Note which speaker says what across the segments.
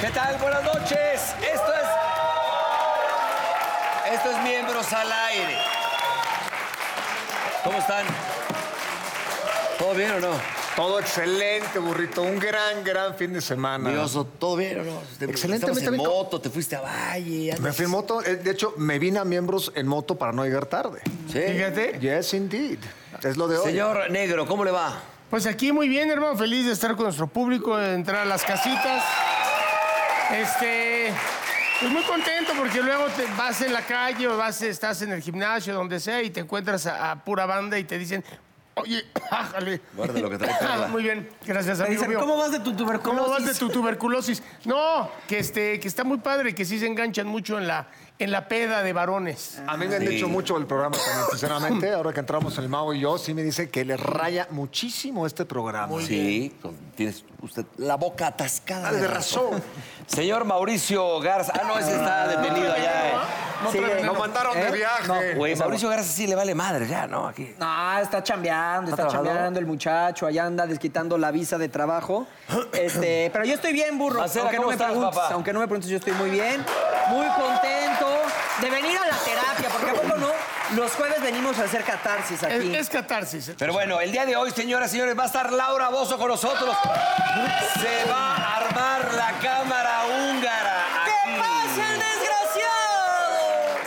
Speaker 1: ¿Qué tal? Buenas noches. Esto es. Esto es Miembros al Aire. ¿Cómo están? ¿Todo bien o no?
Speaker 2: Todo excelente, burrito. Un gran, gran fin de semana.
Speaker 1: Dioso, ¿todo bien o no? Te-
Speaker 2: Excelentemente
Speaker 1: estabas en
Speaker 2: bien.
Speaker 1: moto, te fuiste a Valle.
Speaker 2: Me
Speaker 1: andas-
Speaker 2: fui en moto. Eh, De hecho, me vine a miembros en moto para no llegar tarde.
Speaker 1: Sí.
Speaker 3: Fíjate.
Speaker 2: Yes, indeed. Es lo de hoy.
Speaker 1: Señor Negro, ¿cómo le va?
Speaker 3: Pues aquí muy bien, hermano. Feliz de estar con nuestro público, de entrar a las casitas. Este. Pues muy contento porque luego te vas en la calle o vas, estás en el gimnasio, donde sea, y te encuentras a, a pura banda y te dicen, oye, ájale.
Speaker 1: Guarda lo que trae Perla.
Speaker 3: Muy bien, gracias,
Speaker 4: Me
Speaker 3: amigo
Speaker 4: dicen,
Speaker 3: mío.
Speaker 4: ¿cómo vas de tu tuberculosis?
Speaker 3: ¿Cómo vas de tu tuberculosis? No, que, este, que está muy padre, que sí se enganchan mucho en la, en la peda de varones.
Speaker 2: A mí me han dicho mucho del programa también, sinceramente. Ahora que entramos el Mao y yo, sí me dice que le raya muchísimo este programa.
Speaker 1: sí, con- tienes usted la boca atascada.
Speaker 2: Ah, de razón.
Speaker 1: Señor Mauricio Garza. Ah, no, ese está detenido allá. eh.
Speaker 3: No trae veneno.
Speaker 2: Nos mandaron de
Speaker 4: ¿Eh?
Speaker 2: viaje.
Speaker 1: Güey, Mauricio Garza sí le vale madre ya, ¿no? Aquí.
Speaker 4: No, está chambeando, está
Speaker 1: trabajador?
Speaker 4: chambeando el muchacho, allá anda desquitando la visa de trabajo. Este, pero yo estoy bien, burro.
Speaker 1: Macera,
Speaker 4: aunque no
Speaker 1: ¿cómo
Speaker 4: me
Speaker 1: estás,
Speaker 4: preguntes,
Speaker 1: papá?
Speaker 4: aunque no me preguntes, yo estoy muy bien, muy contento de venir a la terapia, porque a poco no, los jueves venimos a hacer
Speaker 3: Es,
Speaker 4: catarsis aquí.
Speaker 3: es catarsis.
Speaker 1: Pero bueno, el día de hoy, señoras y señores, va a estar Laura Bozo con nosotros. Se va a armar la cámara húngara.
Speaker 4: ¡Qué
Speaker 1: aquí.
Speaker 4: pasa el desgraciado!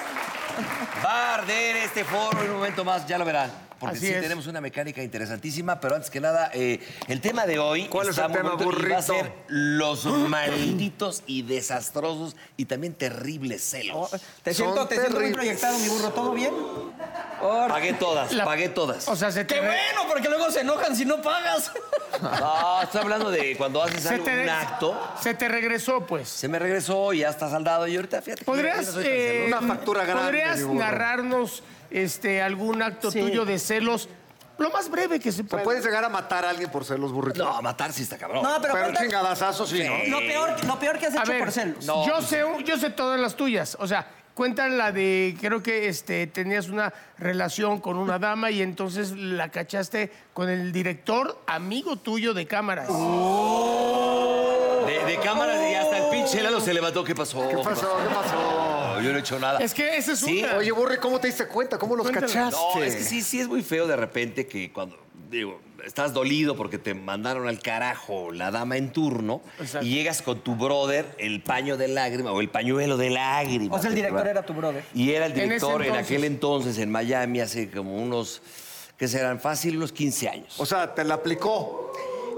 Speaker 1: Va a arder este foro en un momento más, ya lo verán. Porque
Speaker 3: Así
Speaker 1: sí
Speaker 3: es.
Speaker 1: tenemos una mecánica interesantísima, pero antes que nada, eh, el tema de hoy
Speaker 2: ¿Cuál es
Speaker 1: está
Speaker 2: el
Speaker 1: muy
Speaker 2: tema,
Speaker 1: bonito y va a
Speaker 2: burrito?
Speaker 1: ser los malditos y desastrosos y también terribles celos.
Speaker 4: Te
Speaker 2: Son
Speaker 4: siento, te siento muy
Speaker 2: terribles.
Speaker 4: proyectado, mi burro, ¿todo bien? Ahora-
Speaker 1: Pagué todas,
Speaker 3: La-
Speaker 1: pagué todas.
Speaker 3: O sea, se te,
Speaker 4: ¡Qué
Speaker 3: re-
Speaker 4: bueno! Porque luego se enojan si no pagas.
Speaker 1: No, estoy hablando de cuando haces
Speaker 3: se
Speaker 1: algo,
Speaker 3: te,
Speaker 1: un acto,
Speaker 3: se te regresó, pues.
Speaker 1: se me regresó y ya está saldado y ahorita fíjate. que yo no
Speaker 3: ¿Podrías,
Speaker 1: soy tan
Speaker 3: eh,
Speaker 1: celoso.
Speaker 2: Una factura grande,
Speaker 3: ¿podrías
Speaker 2: mi burro.
Speaker 3: narrarnos este, algún acto
Speaker 4: Sí.
Speaker 3: tuyo de celos? Lo más breve que se
Speaker 2: ¿Se
Speaker 3: pueda.
Speaker 2: puede llegar a matar a alguien por ser los burritos?
Speaker 1: No, matar sí está cabrón.
Speaker 4: No, pero,
Speaker 2: Pero
Speaker 4: cuenta-
Speaker 2: chingadazazos sí, ¿no?
Speaker 4: lo, peor, lo peor que has
Speaker 3: A
Speaker 4: hecho
Speaker 3: ver,
Speaker 4: por celos.
Speaker 1: No,
Speaker 3: yo,
Speaker 1: pues
Speaker 3: sé, yo sé todas las tuyas. O sea, cuentan la de, creo que este, tenías una relación con una dama y entonces la cachaste con el director, amigo tuyo de cámaras.
Speaker 1: De, de cámaras y hasta el pinche Lalo se levantó. ¿Qué pasó?
Speaker 2: ¿Qué pasó? ¿Qué pasó?
Speaker 1: No, yo no he hecho nada.
Speaker 3: Es que esa es
Speaker 1: Sí,
Speaker 3: una.
Speaker 2: Oye, Burri, ¿cómo te diste cuenta? ¿Cómo los
Speaker 3: Cuéntale.
Speaker 2: cachaste?
Speaker 1: No, es que sí, sí es muy feo de repente que cuando, digo, estás dolido porque te mandaron al carajo la dama en turno
Speaker 3: Exacto.
Speaker 1: y llegas con tu brother el paño de lágrima o el pañuelo de lágrima.
Speaker 4: O sea, el
Speaker 1: que te
Speaker 4: director
Speaker 1: va-
Speaker 4: era tu brother.
Speaker 1: Y era el
Speaker 3: En ese
Speaker 1: director en,
Speaker 3: entonces.
Speaker 1: aquel entonces en Miami hace como unos, que serán fácil, unos 15 años.
Speaker 2: O sea, te la aplicó.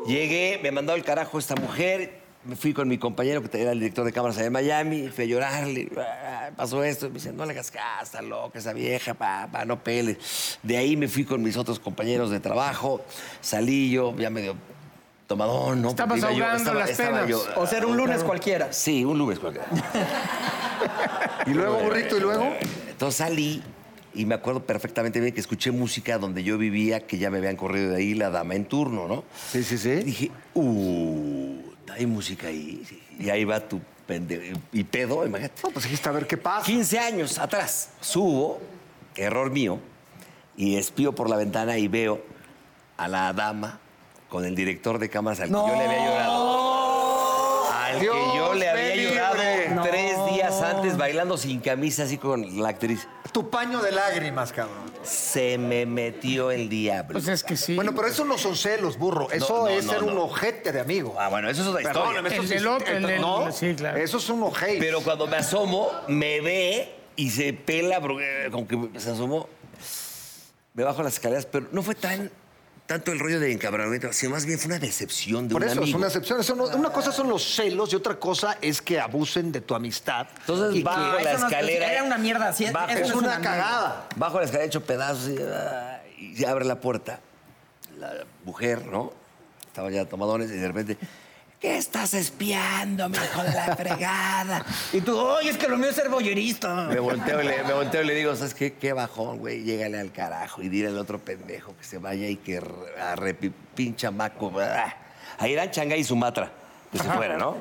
Speaker 1: Llegué, me mandó al carajo esta mujer. Me fui con mi compañero, que era el director de cámaras allá en Miami, fui a llorarle, ah, pasó esto, me dice, no le hagas caso, está loca esa vieja, papá, no peles. De ahí me fui con mis otros compañeros de trabajo, salí yo, ya medio tomadón, ¿no?
Speaker 3: Estabas
Speaker 1: Porque iba
Speaker 3: ahogando las penas.
Speaker 4: O ser un lunes cualquiera.
Speaker 1: ah, Sí, un lunes cualquiera.
Speaker 2: Y luego, burrito, y luego.
Speaker 1: Entonces salí y me acuerdo perfectamente bien que escuché música donde yo vivía, que ya me habían corrido de ahí, la dama en turno, ¿no?
Speaker 2: Sí, sí, sí.
Speaker 1: Y dije, uh, hay música ahí. Y ahí va tu pendejo. Y pedo, imagínate.
Speaker 2: No, pues dijiste a ver qué pasa.
Speaker 1: 15 años atrás, subo, error mío, y espío por la ventana y veo a la dama con el director de cámaras al que yo le había llorado. Al que yo
Speaker 2: Dios
Speaker 1: le había
Speaker 2: me
Speaker 1: llorado
Speaker 2: libre.
Speaker 1: tres días antes bailando sin camisa, así con la actriz.
Speaker 2: Tu paño de lágrimas, cabrón.
Speaker 1: Se me metió el diablo.
Speaker 3: Pues es que sí.
Speaker 2: Bueno, pero eso no son celos, burro. Eso
Speaker 1: no,
Speaker 2: es
Speaker 1: no,
Speaker 2: ser
Speaker 1: no.
Speaker 2: un ojete de amigo.
Speaker 1: Ah, bueno, eso es otra historia.
Speaker 2: Perdóname, eso
Speaker 3: El
Speaker 2: sí-
Speaker 3: del otro, el del-
Speaker 2: no,
Speaker 3: sí, claro.
Speaker 2: Eso es un ojete.
Speaker 1: Pero cuando me asomo, me ve y se pela, porque eh, como que se asomó. Me bajo las escaleras, pero no fue tan tanto el rollo de encabronamiento, sino más bien fue una decepción de
Speaker 2: Por
Speaker 1: un
Speaker 2: eso, es
Speaker 1: amigo.
Speaker 2: una excepción. Eso no- una cosa son los celos y otra cosa es que abusen de tu amistad.
Speaker 1: Entonces bajo
Speaker 4: Ah, eso
Speaker 1: la
Speaker 4: no es-
Speaker 1: escalera. eh.
Speaker 4: era una mierda, sí,
Speaker 1: bajo,
Speaker 4: eso
Speaker 2: Es
Speaker 4: es
Speaker 2: una
Speaker 4: una
Speaker 2: cagada.
Speaker 1: bajo la escalera hecho pedazos y, ah, y se abre la puerta. La mujer, ¿no? Estaba ya tomadones y de repente. ¿Qué estás espiando, mi hijo de la fregada?
Speaker 4: Y tú, oye, es que lo mío es ser boyerista.
Speaker 1: Me volteo, y le, me volteo y le digo, ¿sabes qué? Qué bajón, güey. Llégale al carajo y dile al otro pendejo que se vaya y que re- arrepi- pincha maco. ah, A Irán Changay y Sumatra. "Pues, Que se fuera, ¿no?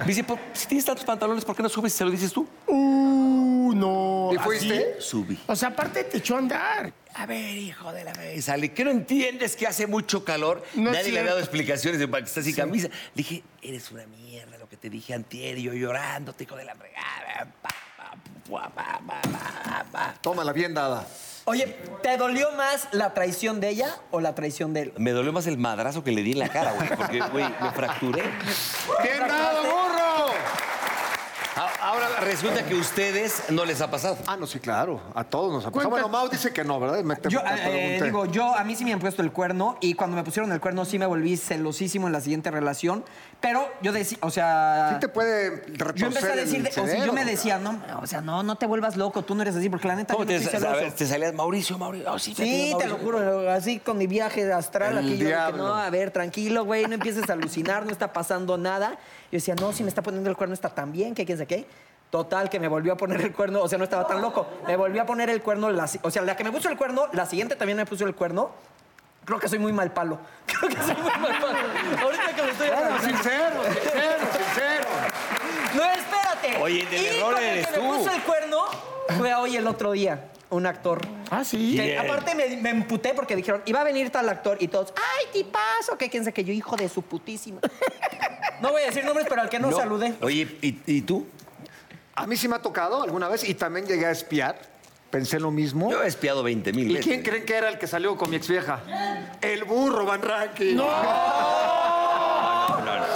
Speaker 1: Me dice, "Por- si tienes tantos pantalones, ¿por qué no subes y se lo dices tú?
Speaker 3: Uh, desayuno.
Speaker 2: ¿Y fuiste?
Speaker 3: así.
Speaker 1: Subí.
Speaker 3: O sea, aparte te echó a andar.
Speaker 1: A ver, hijo de la vez. Y sale, ¿qué no entiendes que hace mucho calor?
Speaker 3: No es
Speaker 1: Nadie le ha dado
Speaker 3: cierto.
Speaker 1: explicaciones de para que estás sin camisa. Le dije, eres una mierda, lo que te dije antier, y yo llorándote, hijo de la fregada. Pa, pa, pua, pa, pa, pa, pa.
Speaker 2: Tómala bien dada.
Speaker 4: Oye, ¿te dolió más la traición de ella o la traición de él?
Speaker 1: Me dolió más el madrazo que le di en la cara, güey, porque, güey, me fracturé.
Speaker 2: ¡Bien dado, burro!
Speaker 1: A- Ahora resulta que a ustedes no les ha pasado.
Speaker 2: Ah, no, sí, claro. A todos nos ha pasado.
Speaker 3: Cuenta-
Speaker 2: Bueno, Mau dice que no, ¿verdad? Me- te-
Speaker 4: Yo,
Speaker 2: te
Speaker 4: eh,
Speaker 2: pregunté.
Speaker 4: digo, yo a mí sí me han puesto el cuerno y cuando me pusieron el cuerno sí me volví celosísimo en la siguiente relación, pero yo decía, o sea...
Speaker 2: ¿Quién te puede retorcer
Speaker 4: Yo empecé a decir,
Speaker 2: el
Speaker 4: de- o sea,
Speaker 2: cerebro?
Speaker 4: yo me decía, no, o sea, no, no te vuelvas loco, tú no eres así, porque la neta yo
Speaker 1: ¿Cómo
Speaker 4: no
Speaker 1: te,
Speaker 4: soy
Speaker 1: a ver,
Speaker 4: celoso.
Speaker 1: te salías Mauricio, Mauricio? Oh, sí,
Speaker 4: Sí, te lo juro, así con mi viaje astral,
Speaker 2: El
Speaker 4: aquí yo dije,
Speaker 2: diablo.
Speaker 4: no, a ver, tranquilo, güey, no empieces a alucinar, no está pasando nada. Yo decía, no, si me está poniendo el cuerno está tan bien, que quién sabe qué. Total, que me volvió a poner el cuerno, o sea, no estaba tan loco. Me volvió a poner el cuerno, la si- o sea, la que me puso el cuerno, la siguiente también me puso el cuerno. Creo que soy muy mal palo. Creo que soy muy mal palo. Ahorita que lo estoy
Speaker 2: Bueno,
Speaker 4: hablando.
Speaker 2: sincero, sincero, sincero.
Speaker 4: No, espérate.
Speaker 1: Oye, del
Speaker 4: Y
Speaker 1: error
Speaker 4: con el
Speaker 1: eres
Speaker 4: que
Speaker 1: tú.
Speaker 4: me puso el cuerno fue hoy el otro día, un actor.
Speaker 3: Ah, sí.
Speaker 4: Que
Speaker 1: Bien.
Speaker 4: aparte me, me emputé porque dijeron, iba a venir tal actor y todos, ay, tipazo, que quién sabe que yo, hijo de su putísima. No voy a decir nombres, pero al que no, saludé.
Speaker 1: Oye, ¿y, y tú?
Speaker 2: A mí sí me ha tocado alguna vez y también llegué a espiar. Pensé lo mismo.
Speaker 1: Yo he espiado 20 mil
Speaker 2: ¿Y
Speaker 1: veces.
Speaker 2: quién creen que era el que salió con mi exvieja? El burro Van Ranking.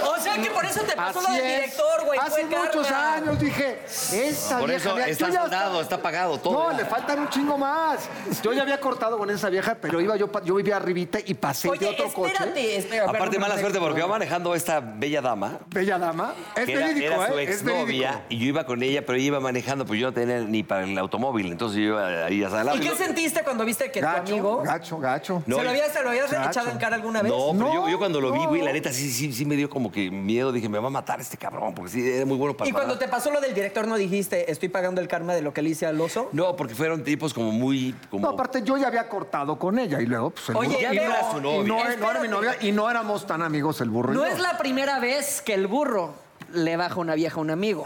Speaker 4: O sea que por eso te pasó lo
Speaker 2: Así
Speaker 4: del
Speaker 2: es.
Speaker 4: director, güey.
Speaker 2: Hace
Speaker 4: fue
Speaker 2: muchos
Speaker 4: carga.
Speaker 2: años dije, esa
Speaker 1: Por
Speaker 2: vieja...
Speaker 1: eso
Speaker 2: mira, yo
Speaker 1: está
Speaker 2: ya hasta-
Speaker 1: soldado, está pagado todo.
Speaker 2: No,
Speaker 1: ¿eh?
Speaker 2: le faltan un chingo más. Yo ya había cortado con esa vieja, pero iba yo, pa- yo vivía arribita y pasé de
Speaker 4: Oye,
Speaker 2: otro coche.
Speaker 4: espérate, espera.
Speaker 1: Aparte,
Speaker 4: perdón,
Speaker 1: mala
Speaker 4: perdón.
Speaker 1: suerte porque va manejando esta bella dama.
Speaker 2: Bella dama. Es
Speaker 1: que era,
Speaker 2: verídico,
Speaker 1: era su
Speaker 2: ¿eh? Es
Speaker 1: exnovia
Speaker 2: verídico.
Speaker 1: y yo iba con ella, pero ella iba manejando, pues yo no tenía ni para el automóvil, entonces yo iba ahí hacia
Speaker 4: ¿Y qué sentiste cuando viste que tu amigo...
Speaker 2: gacho, gacho.
Speaker 1: No,
Speaker 4: ¿Se lo habías, se lo habías
Speaker 2: Gacho.
Speaker 4: echado en cara alguna vez?
Speaker 1: No, pero
Speaker 2: No,
Speaker 1: yo, yo cuando lo vi, güey,
Speaker 2: no.
Speaker 1: la neta sí, sí, sí me dio como que miedo. Dije, me va a matar este cabrón, porque sí, era muy bueno para
Speaker 4: Y cuando te
Speaker 1: parar.
Speaker 4: pasó lo del director, ¿no dijiste, estoy pagando el karma de lo que le hice al oso?
Speaker 1: No, porque fueron tipos como muy... Como...
Speaker 2: No, aparte yo ya había cortado con ella y luego, pues el
Speaker 4: Oye,
Speaker 2: burro-
Speaker 1: ya
Speaker 4: pero-
Speaker 1: no era su
Speaker 2: Y
Speaker 1: novia.
Speaker 2: no, no era
Speaker 4: espérate.
Speaker 2: mi novia y no éramos tan amigos el burro. y
Speaker 4: No
Speaker 2: yo.
Speaker 4: es la primera vez que el burro le baja una vieja a un amigo.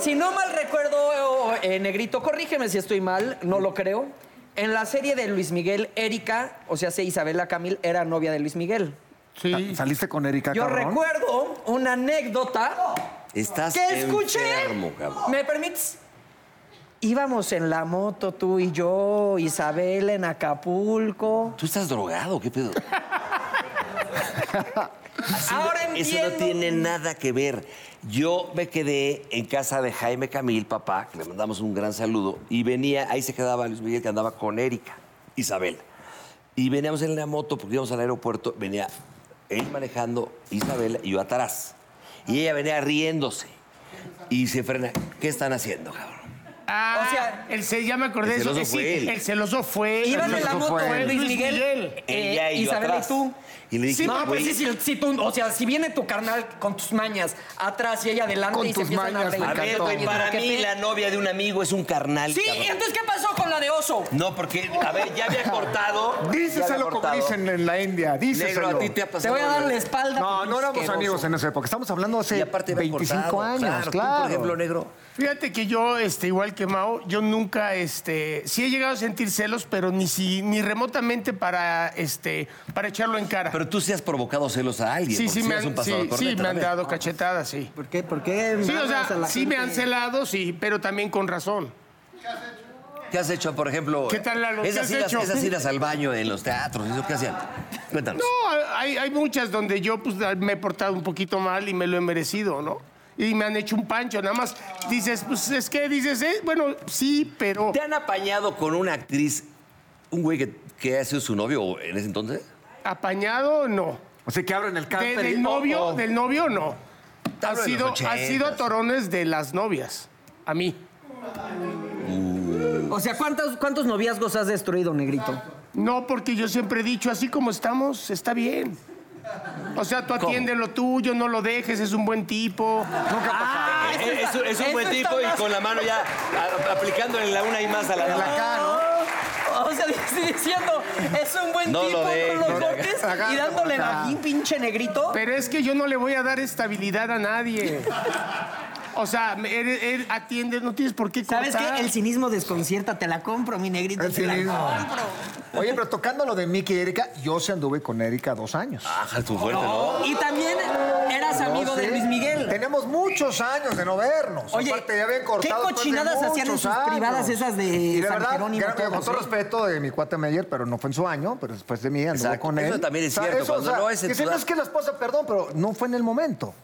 Speaker 4: Si no mal recuerdo, eh, Negrito, corrígeme si estoy mal, no lo creo. En la serie de Luis Miguel, Erika, o sea, sí, Isabela Camil era novia de Luis Miguel.
Speaker 3: Sí.
Speaker 2: Sa- Saliste con
Speaker 1: Ah,
Speaker 2: Erika
Speaker 4: Yo
Speaker 2: cabrón.
Speaker 4: recuerdo una anécdota
Speaker 1: Estás
Speaker 4: que escuché.
Speaker 1: enfermo, cabrón.
Speaker 4: ¿Me permites? Íbamos en la moto tú y yo, Isabel en Acapulco.
Speaker 1: ¿Tú estás drogado? ¿Qué pedo?
Speaker 4: Ahora
Speaker 1: Eso
Speaker 4: entiendo.
Speaker 1: no tiene nada que ver. Yo me quedé en casa de Jaime Camil, papá, que le mandamos un gran saludo, y venía, ahí se quedaba Luis Miguel, que andaba con Erika, Isabel. Y veníamos en la moto, porque íbamos al aeropuerto, venía él manejando, Isabel y yo atrás. Y ella venía riéndose. Y se frena. ¿Qué están haciendo, cabrón?
Speaker 3: Ah,
Speaker 4: O sea,
Speaker 3: el ce- ya me acordé
Speaker 1: el
Speaker 3: de eso.
Speaker 1: celoso
Speaker 3: Eh, sí,
Speaker 1: fue él.
Speaker 3: el celoso fue.
Speaker 4: Iban
Speaker 3: el
Speaker 4: en la
Speaker 3: celoso
Speaker 4: moto,
Speaker 3: fue él.
Speaker 4: Luis Miguel, eh,
Speaker 1: Ella y yo
Speaker 4: Isabel
Speaker 1: atrás.
Speaker 4: y tú.
Speaker 1: Y le dije,
Speaker 4: no,
Speaker 1: güey,
Speaker 4: pues sí, si, si tú, o sea, si viene tu carnal con tus mañas atrás y ella adelante
Speaker 2: Con
Speaker 4: y se
Speaker 2: tus
Speaker 4: empiezan
Speaker 2: mañas,
Speaker 4: a
Speaker 1: a
Speaker 4: reír.
Speaker 1: ver, güey, para mí la novia de un amigo es un carnal.
Speaker 4: Sí,
Speaker 1: cabrón.
Speaker 4: entonces, ¿qué pasó con la de oso?
Speaker 1: No, porque, a ver, ya había cortado. ya había
Speaker 2: Díceselo como
Speaker 1: cortado.
Speaker 2: dicen en la India, díceselo.
Speaker 1: Negro, a ti te ha
Speaker 4: Te
Speaker 1: pasado.
Speaker 4: voy a dar la espalda.
Speaker 2: No,
Speaker 4: porque
Speaker 2: no éramos
Speaker 4: asqueroso.
Speaker 2: amigos en esa época. Estamos hablando hace
Speaker 1: Y aparte había
Speaker 2: 25
Speaker 1: cortado,
Speaker 2: años, claro.
Speaker 1: Tú, por ejemplo, negro.
Speaker 3: Fíjate que yo, este, igual que Mao, yo nunca, este, sí he llegado a sentir celos, pero ni si, ni remotamente para, este, para echarlo en cara.
Speaker 1: Pero tú sí has provocado celos a alguien.
Speaker 3: sí,
Speaker 1: porque
Speaker 3: sí, me
Speaker 1: eres un
Speaker 3: han,
Speaker 1: pasado
Speaker 3: sí,
Speaker 1: corneta,
Speaker 3: sí, me han
Speaker 1: ¿no?
Speaker 3: dado cachetadas, sí.
Speaker 4: ¿Por qué? ¿Por qué?
Speaker 3: Sí, o
Speaker 4: mamas a
Speaker 3: sea,
Speaker 4: la
Speaker 3: sí me han
Speaker 4: gente?
Speaker 3: celado, sí, pero también con razón.
Speaker 1: ¿Qué has hecho, por ejemplo?
Speaker 3: ¿Qué tal, Lalo? ¿Qué
Speaker 1: Esas,
Speaker 3: has
Speaker 1: idas,
Speaker 3: hecho?
Speaker 1: esas idas al baño en los teatros, ¿eso qué hacían? Cuéntanos.
Speaker 3: No, hay, hay muchas donde yo pues, me he portado un poquito mal y me lo he merecido, ¿no? Y me han hecho un pancho. Nada más dices, pues es que dices, eh, bueno, sí, pero.
Speaker 1: ¿Te han apañado con una actriz, un güey que, que ha sido su novio en ese entonces?
Speaker 3: Apañado, no.
Speaker 2: O sea, que abren
Speaker 1: Ah,
Speaker 2: el
Speaker 3: De-
Speaker 2: cárter. y-
Speaker 3: del novio,
Speaker 2: Oh, oh.
Speaker 3: del novio, no. Ha
Speaker 1: Hablo de
Speaker 3: sido,
Speaker 1: los
Speaker 3: ha sido
Speaker 1: ochentas.
Speaker 3: torones de las novias. A mí.
Speaker 4: O sea, ¿cuántos, ¿cuántos noviazgos has destruido, negrito?
Speaker 3: No, porque yo siempre he dicho, así como estamos, está bien. O sea, tú atiende lo tuyo, no lo dejes, es un buen tipo.
Speaker 4: Ah, eso
Speaker 1: Eh,
Speaker 4: está-
Speaker 1: es, un- es un
Speaker 4: eso
Speaker 1: buen
Speaker 4: está
Speaker 1: tipo y
Speaker 4: más-
Speaker 1: con la mano ya a- aplicándole la una y más a la dama.
Speaker 4: O sea, dic- diciendo, es un buen
Speaker 1: No lo
Speaker 4: tipo,
Speaker 1: dejes,
Speaker 4: no lo
Speaker 1: acá.
Speaker 4: cortes
Speaker 2: Acá,
Speaker 4: y dándole
Speaker 2: acá.
Speaker 4: bajín, pinche negrito.
Speaker 3: Pero es que yo no le voy a dar estabilidad a nadie. O sea, me- eres- eres- atiende, no tienes por qué cortar.
Speaker 4: ¿Sabes qué? El cinismo desconcierta, te la compro, mi negrito.
Speaker 2: En
Speaker 4: te la
Speaker 2: cinismo.
Speaker 4: compro.
Speaker 2: Oye, pero tocando lo de Mickey y Erika, yo se anduve con Erika dos años.
Speaker 1: Ajá, estuvo fuerte, ¿no?
Speaker 4: Y también eras amigo
Speaker 2: No sé.
Speaker 4: de Luis
Speaker 3: Eh,
Speaker 4: Miguel.
Speaker 2: Tenemos muchos años de no vernos.
Speaker 4: Oye,
Speaker 2: Aparte, ya habían
Speaker 4: ¿qué
Speaker 2: cortado después de
Speaker 4: cochinadas hacían en
Speaker 2: muchos
Speaker 4: sus
Speaker 2: años.
Speaker 4: privadas esas de
Speaker 2: Y la
Speaker 4: San
Speaker 2: verdad,
Speaker 4: Jerónimo,
Speaker 2: gran-
Speaker 4: todas,
Speaker 2: con todo
Speaker 4: ¿eh?
Speaker 2: respeto de mi cuate Meyer, pero no fue en su año, pero después de mí anduvo
Speaker 1: Exacto.
Speaker 2: con él.
Speaker 1: Eso también es
Speaker 2: O sea,
Speaker 1: cierto, cuando no es en
Speaker 2: que
Speaker 1: tu
Speaker 2: si no
Speaker 1: edad.
Speaker 2: es que la esposa, perdón, pero no fue en el momento.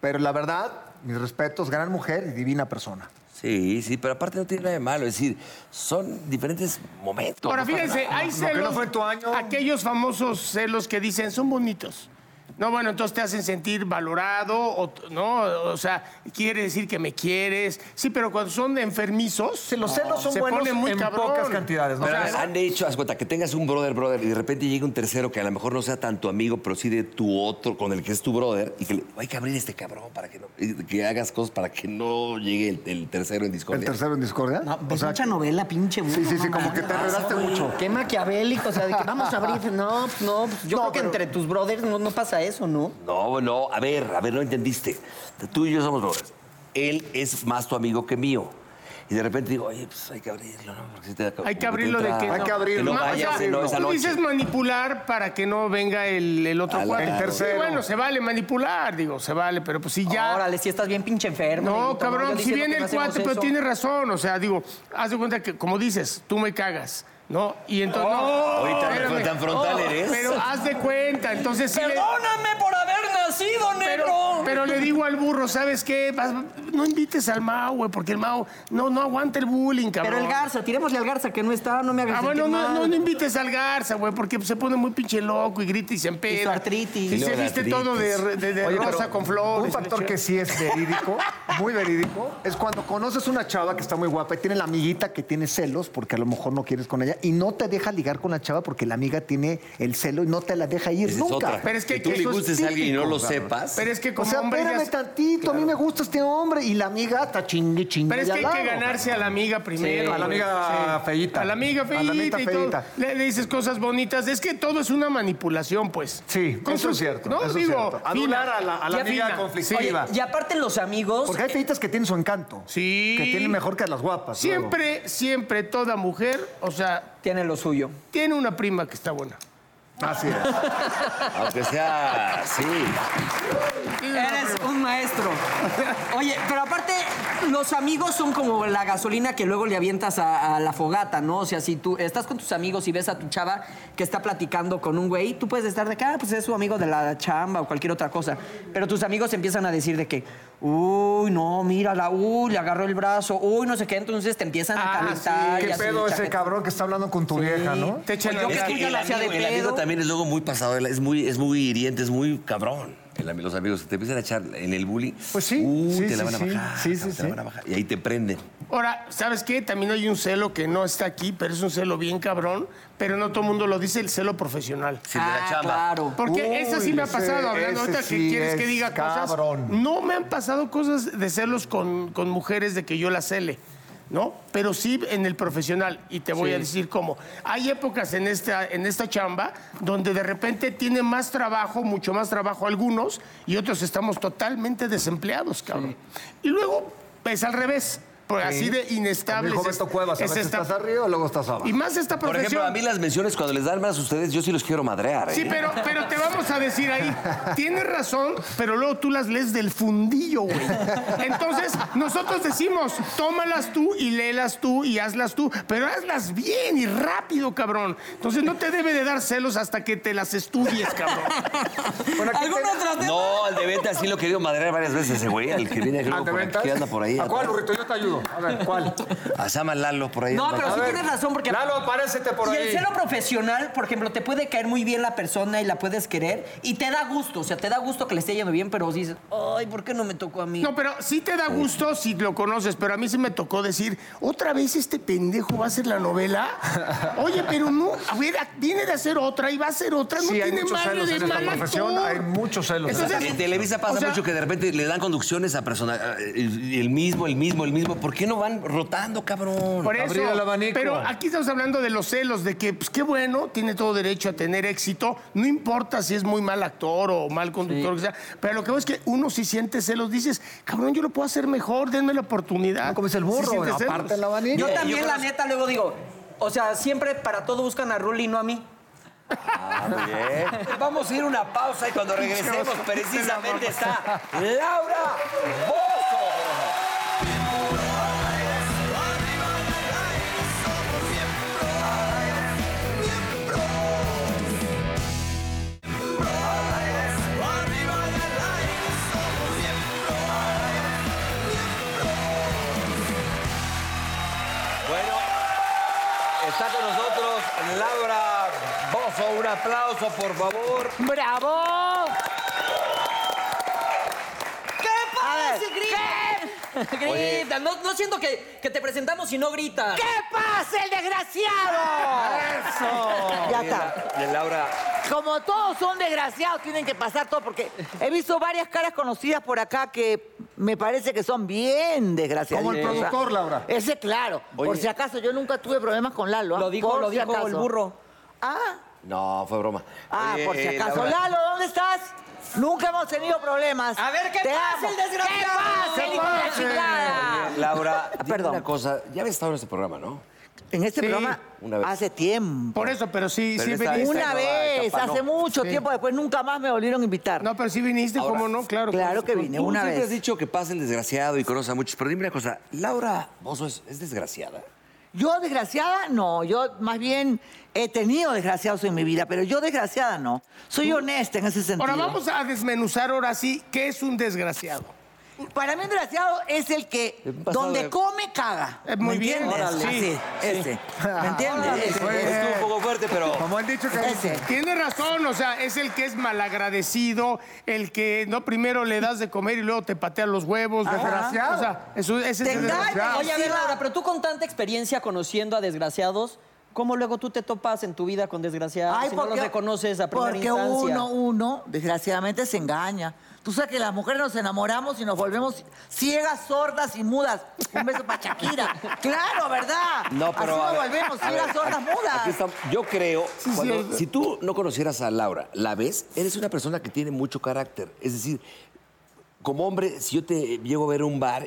Speaker 2: Pero la verdad, mis respetos, gran mujer y divina persona.
Speaker 1: Sí, sí, pero aparte no tiene nada de malo. Es decir, son diferentes momentos.
Speaker 3: Ahora,
Speaker 1: No pasa
Speaker 3: fíjense,
Speaker 1: nada.
Speaker 3: hay
Speaker 2: Lo que
Speaker 3: celos.
Speaker 2: no fue tu año.
Speaker 3: Aquellos famosos celos que dicen son bonitos. No, bueno, entonces te hacen sentir valorado, o, ¿no? O sea, quiere decir que me quieres. Sí, pero cuando son enfermizos.
Speaker 2: Sí, los celos son
Speaker 3: se
Speaker 2: buenos
Speaker 3: pone muy
Speaker 2: en
Speaker 3: cabrón.
Speaker 2: pocas cantidades, ¿no?
Speaker 1: Pero
Speaker 2: O sea,
Speaker 1: han hecho, haz cuenta, que tengas un brother, brother, y de repente llega un tercero que a lo mejor no sea tan tu amigo, pero sí de tu otro, con el que es tu brother, y que le, hay que abrir este cabrón para que no, que hagas cosas para que no llegue el, el tercero en
Speaker 2: ¿El
Speaker 1: discordia.
Speaker 2: tercero en discordia?
Speaker 4: No,
Speaker 2: O
Speaker 4: pues
Speaker 2: sea,
Speaker 4: mucha novela, pinche burro,
Speaker 2: Sí, sí, sí,
Speaker 4: no
Speaker 2: como que
Speaker 4: mames.
Speaker 2: te enredaste mucho.
Speaker 4: Qué maquiavélico, o sea, de que vamos a abrir. No, pues, no, pues, yo
Speaker 2: No,
Speaker 4: creo que
Speaker 2: pero-
Speaker 4: entre tus brothers no, no pasa eso, ¿no?
Speaker 1: No, no, a ver, a ver, no entendiste. Tú y yo somos brothers. Él es más tu amigo que mío. Y de repente digo, oye, pues hay que abrirlo, ¿no? Porque si te da-
Speaker 3: Hay
Speaker 1: como
Speaker 3: que
Speaker 1: te
Speaker 3: abrirlo de
Speaker 1: entra-
Speaker 3: que.
Speaker 2: Hay
Speaker 3: no.
Speaker 2: que abrirlo,
Speaker 1: Que no
Speaker 3: Ma- o
Speaker 1: vayas,
Speaker 3: sea,
Speaker 1: sí, no, esa
Speaker 3: Tú
Speaker 1: noche.
Speaker 3: dices manipular para que no venga el, el otro
Speaker 1: Al-
Speaker 3: cuate.
Speaker 1: el
Speaker 2: tercero.
Speaker 3: Sí, bueno, se vale manipular, digo, se vale, pero pues sí ya.
Speaker 4: Órale, si estás bien pinche enfermo.
Speaker 3: No,
Speaker 4: negrito,
Speaker 3: cabrón,
Speaker 4: yo
Speaker 3: si
Speaker 4: diciendo
Speaker 3: viene
Speaker 4: que
Speaker 3: el
Speaker 4: no hacemos
Speaker 3: cuate, pero
Speaker 4: eso.
Speaker 3: tienes razón. O sea, digo, haz de cuenta que, como dices, tú me cagas, ¿no? Y entonces. no,
Speaker 1: Ahorita no
Speaker 3: espérame.
Speaker 1: fue tan frontal
Speaker 3: Oh,
Speaker 1: eres.
Speaker 3: Pero haz de cuenta, entonces sí. le-
Speaker 4: ¡Perdóname por haber nacido,
Speaker 3: pero,
Speaker 4: negro!
Speaker 3: pero le digo al burro, ¿sabes qué? Vas- no invites al Mao, güey, porque el Mao no, no aguanta el bullying, cabrón.
Speaker 4: Pero el Garza, tirémosle al Garza que no está, no me hagas
Speaker 3: Ah,
Speaker 4: sentir
Speaker 3: bueno, no,
Speaker 4: mal.
Speaker 3: no, no invites al Garza, güey, porque se pone muy pinche loco y grita y se empeda.
Speaker 4: Y su artritis.
Speaker 3: Y
Speaker 1: Y
Speaker 3: se
Speaker 1: luego la
Speaker 3: viste todo de,
Speaker 1: artritis.
Speaker 3: de- de
Speaker 2: Oye, pero
Speaker 3: rosa con flores.
Speaker 2: Un factor que sí es verídico, muy verídico, es cuando conoces una chava que está muy guapa y tiene la amiguita que tiene celos porque a lo mejor no quieres con ella y no te deja ligar con la chava porque la amiga tiene el celo y no te la deja ir
Speaker 1: Esa es
Speaker 2: nunca.
Speaker 1: otra.
Speaker 3: Pero es que-
Speaker 1: tú
Speaker 3: que
Speaker 1: le
Speaker 3: eso es
Speaker 1: gustes a alguien y no lo sepas.
Speaker 3: Pero es que
Speaker 2: O
Speaker 3: como
Speaker 2: sea,
Speaker 3: hombre... ya-
Speaker 2: espérame tantito, a mí me gusta este hombre y la amiga está chingue, chingue.
Speaker 3: Pero es
Speaker 2: de
Speaker 3: que
Speaker 2: al
Speaker 3: hay que
Speaker 2: lado.
Speaker 3: ganarse a la amiga primero.
Speaker 2: a la
Speaker 3: güey.
Speaker 2: amiga feíta.
Speaker 3: A la amiga
Speaker 2: A la
Speaker 3: feíta.
Speaker 2: amita
Speaker 3: y todo.
Speaker 2: feíta.
Speaker 3: Le, le dices cosas bonitas. Es que todo es una manipulación, pues.
Speaker 2: Sí,
Speaker 3: Con
Speaker 2: eso
Speaker 3: su-
Speaker 2: es cierto.
Speaker 3: No,
Speaker 2: eso es
Speaker 3: digo,
Speaker 2: cierto.
Speaker 3: fina.
Speaker 2: Anular a la, a la
Speaker 3: Ya
Speaker 2: amiga
Speaker 3: fina.
Speaker 4: Oye,
Speaker 2: conflictiva.
Speaker 4: y aparte los amigos...
Speaker 2: porque hay feitas que tienen su encanto.
Speaker 3: Sí.
Speaker 2: Que tienen mejor que las guapas. luego.
Speaker 3: Siempre, siempre, toda mujer, o sea,
Speaker 4: Tienen lo suyo.
Speaker 3: tiene una prima que está buena.
Speaker 2: Así es.
Speaker 1: Aunque Ah, sea, sí.
Speaker 4: Eres un maestro. Oye, pero aparte, los amigos son como la gasolina que luego le avientas a, a la fogata, ¿no? O sea, si tú estás con tus amigos y ves a tu chava que está platicando con un güey, tú puedes estar de acá, pues es su amigo de la chamba o cualquier otra cosa. Pero tus amigos empiezan a decir de que, uy, no, mírala, uy, le agarró el brazo, uy, no sé qué. Entonces te empiezan a
Speaker 3: Ah,
Speaker 4: calentar.
Speaker 3: sí.
Speaker 4: y
Speaker 2: ¿Qué
Speaker 4: así,
Speaker 2: pedo ese
Speaker 4: chaqueta.
Speaker 2: cabrón que está hablando con tu vieja, no?
Speaker 3: Te echan
Speaker 4: Pues yo
Speaker 3: la-
Speaker 4: que
Speaker 1: Es
Speaker 4: tú
Speaker 1: que
Speaker 4: ya
Speaker 1: el
Speaker 4: la hacía de
Speaker 1: amigo, el amigo
Speaker 4: pedo.
Speaker 1: también es luego muy pasado, de la- es muy, es muy hiriente, es muy cabrón. El ami- los amigos que te empiezan a echar en el bully.
Speaker 2: Pues sí,
Speaker 1: Uh,
Speaker 2: sí,
Speaker 1: te la
Speaker 2: sí,
Speaker 1: van a
Speaker 2: sí,
Speaker 1: bajar.
Speaker 2: sí, sí,
Speaker 1: te la
Speaker 2: sí.
Speaker 1: van a bajar. Y ahí te prenden.
Speaker 3: Ahora, ¿sabes qué? También hay un celo que no está aquí, pero es un celo bien cabrón, pero no todo el mundo lo dice, el celo profesional.
Speaker 1: Sí, de la
Speaker 4: Ah,
Speaker 1: chamba.
Speaker 4: claro.
Speaker 3: Porque esa sí
Speaker 2: Uy,
Speaker 3: me ha
Speaker 2: ese-
Speaker 3: pasado, hablando
Speaker 2: ese
Speaker 3: ahorita que
Speaker 2: sí
Speaker 3: quieres que
Speaker 2: es
Speaker 3: diga cosas.
Speaker 2: cabrón.
Speaker 3: No me han pasado cosas de celos con, con mujeres de que yo las cele, ¿no? Pero sí en el profesional. Y te voy a decir cómo. Hay épocas en esta, en esta chamba donde de repente tiene más trabajo, mucho más trabajo algunos, y otros estamos totalmente desempleados, cabrón. Y luego es al revés. Porque así de inestable.
Speaker 2: Dijo
Speaker 3: es-
Speaker 2: Beto Cuevas, a
Speaker 3: es
Speaker 2: veces
Speaker 3: esta-
Speaker 2: estás arriba, luego estás abajo.
Speaker 3: Y más esta
Speaker 1: Por
Speaker 3: profesión.
Speaker 1: ejemplo, a mí las menciones cuando les dan más a ustedes, yo sí los quiero madrear. ¿eh?
Speaker 3: Sí, pero, pero te vamos a decir ahí, tienes razón, pero luego tú las lees del fundillo, güey. Entonces, nosotros decimos, tómalas tú y léelas tú y hazlas tú, pero hazlas bien y rápido, cabrón. Entonces, no te debe de dar celos hasta que te las estudies, cabrón.
Speaker 2: Bueno, aquí
Speaker 4: ¿Algún
Speaker 2: te-
Speaker 4: otro tema?
Speaker 1: No, al de venta sí lo he querido madrear varias veces ese güey, al que viene luego
Speaker 2: ¿Ante
Speaker 1: por
Speaker 2: ventas?
Speaker 1: aquí, anda por ahí.
Speaker 2: ¿A cuál, burrito? Yo te ayudo. A ver, ¿cuál?
Speaker 1: A Sama Lalo por ahí.
Speaker 4: No,
Speaker 1: anda.
Speaker 4: pero
Speaker 2: A
Speaker 4: sí
Speaker 2: ver,
Speaker 4: tienes razón, porque...
Speaker 2: Lalo, aparécete por
Speaker 4: y
Speaker 2: ahí.
Speaker 4: el celo profesional, por ejemplo, te puede caer muy bien la persona y la puedes querer y te da gusto, o sea, te da gusto que le esté yendo bien, pero dices, ay, ¿por qué no me tocó a mí?
Speaker 3: No, pero sí te da gusto si lo conoces, pero a mí sí me tocó decir, otra vez este pendejo va a hacer la novela. Oye, pero no, a ver, viene de hacer otra y va a hacer otra, no
Speaker 2: Sí, hay
Speaker 3: tiene
Speaker 2: muchos
Speaker 3: madre
Speaker 2: celos
Speaker 3: de
Speaker 2: en esta
Speaker 3: mal
Speaker 2: profesión,
Speaker 3: actor.
Speaker 2: hay muchos celos.
Speaker 3: Entonces,
Speaker 1: En Televisa pasa
Speaker 3: Pues O sea-
Speaker 1: mucho que de repente le dan conducciones a personas. El, el mismo, el mismo, el mismo. ¿Por qué no van rotando, cabrón?
Speaker 3: Por eso,
Speaker 2: Abrir el abanico.
Speaker 3: Pero aquí estamos hablando de los celos, de que, pues qué bueno, tiene todo derecho a tener éxito, no importa si es muy mal actor o mal conductor, o sea, pero lo que veo es que uno si siente celos, dices, cabrón, yo lo puedo hacer mejor, denme la oportunidad.
Speaker 2: No, como es el
Speaker 3: Si
Speaker 2: burro,
Speaker 3: sientes celos.
Speaker 2: aparte el abanico.
Speaker 4: Yo también,
Speaker 1: yo
Speaker 4: la
Speaker 1: conozco-
Speaker 4: neta, luego digo, o sea, siempre para todo buscan a Ruli y no a mí.
Speaker 2: Ah,
Speaker 1: Vamos a ir a una pausa y cuando regresemos precisamente está Laura Bozo. Bueno, está con nosotros Laura Bozo. Un aplauso, por favor.
Speaker 5: ¡Bravo!
Speaker 4: ¿Qué pasa? Grita, grita. No, no siento que, que te presentamos si no gritas.
Speaker 5: ¡Qué pasa, el desgraciado!
Speaker 4: Ya
Speaker 1: Oye, La- la Laura,
Speaker 5: Como todos son desgraciados, tienen que pasar todo, porque he visto varias caras conocidas por acá que me parece que son bien desgraciadas.
Speaker 2: Como el productor, Laura.
Speaker 5: Ese, claro. Por
Speaker 1: Oye.
Speaker 5: si acaso, yo nunca tuve problemas con Lalo. ¿ah?
Speaker 4: Lo dijo,
Speaker 5: Por
Speaker 4: lo
Speaker 5: si
Speaker 4: dijo
Speaker 5: acaso.
Speaker 4: el burro.
Speaker 5: Ah,
Speaker 1: No, fue broma.
Speaker 5: ah,
Speaker 1: Oye,
Speaker 5: por si
Speaker 1: eh,
Speaker 5: acaso.
Speaker 1: Laura,
Speaker 5: Lalo, ¿dónde estás? Nunca hemos tenido problemas.
Speaker 4: A ver, ¿qué
Speaker 5: Te
Speaker 4: pasa,
Speaker 5: amo.
Speaker 4: el desgraciado?
Speaker 5: ¿Qué pasa, el hijo de la chingada?
Speaker 1: eh, Laura, perdón.
Speaker 5: Ah, Perdón.
Speaker 1: Una cosa, ya habías estado en este programa, ¿no?
Speaker 5: En este
Speaker 3: Sí.
Speaker 5: programa,
Speaker 1: Una vez.
Speaker 5: hace tiempo.
Speaker 3: Por eso, pero sí,
Speaker 1: Pero
Speaker 3: sí
Speaker 1: esta-
Speaker 3: viniste.
Speaker 1: esta-
Speaker 5: Una vez,
Speaker 1: etapa, no.
Speaker 5: hace mucho
Speaker 3: Sí.
Speaker 5: tiempo, después nunca más me volvieron a invitar.
Speaker 3: No, pero sí viniste,
Speaker 1: Ahora,
Speaker 3: ¿cómo no? Claro.
Speaker 5: claro que vine,
Speaker 1: Tú
Speaker 5: una
Speaker 1: siempre has
Speaker 5: vez.
Speaker 1: dicho que pasa el desgraciado y conoce a muchos, pero dime una cosa, Laura Bozo es, es desgraciada.
Speaker 5: Yo, desgraciada, no. Yo, más bien, he tenido desgraciados en mi vida, pero yo, desgraciada, no. Soy honesta en ese sentido.
Speaker 3: Mm. Ahora vamos a desmenuzar ahora sí qué es un desgraciado.
Speaker 5: Para mí, un desgraciado es el que,
Speaker 1: He pasado
Speaker 5: donde
Speaker 1: de-
Speaker 5: come, caga.
Speaker 3: Eh, muy
Speaker 5: ¿Me
Speaker 3: bien,
Speaker 5: entiendes?
Speaker 3: órale. Sí,
Speaker 5: Así, ese. ¿Me entiendes? Ese.
Speaker 1: Este, Estuvo un poco fuerte, pero...
Speaker 2: Como han dicho que
Speaker 5: Ese.
Speaker 3: Tiene razón, o sea, es el que es malagradecido, el que no primero le das de comer y luego te patea los huevos. ¿no?
Speaker 2: Desgraciado.
Speaker 3: O sea, eso, ese
Speaker 5: Te
Speaker 3: es el
Speaker 5: engaña.
Speaker 3: desgraciado.
Speaker 4: Oye, a ver, Laura, pero tú con tanta experiencia conociendo a desgraciados, ¿cómo luego tú te topas en tu vida con desgraciados
Speaker 5: Ay,
Speaker 4: si no los reconoces a primera
Speaker 5: porque
Speaker 4: instancia?
Speaker 5: uno, uno, desgraciadamente se engaña. Tú sabes que las mujeres nos enamoramos y nos volvemos ciegas, sordas y mudas. Un beso para Shakira. claro, ¿verdad?
Speaker 1: No, pero
Speaker 5: Así
Speaker 1: a
Speaker 5: nos
Speaker 1: ver,
Speaker 5: volvemos
Speaker 1: a
Speaker 5: ciegas,
Speaker 1: ver,
Speaker 5: sordas, mudas.
Speaker 1: aquí estamos. Yo creo, cuando-
Speaker 3: sí.
Speaker 1: si tú no conocieras a Laura, la ves, eres una persona que tiene mucho carácter. Es decir, como hombre, si yo te llego a ver a un bar,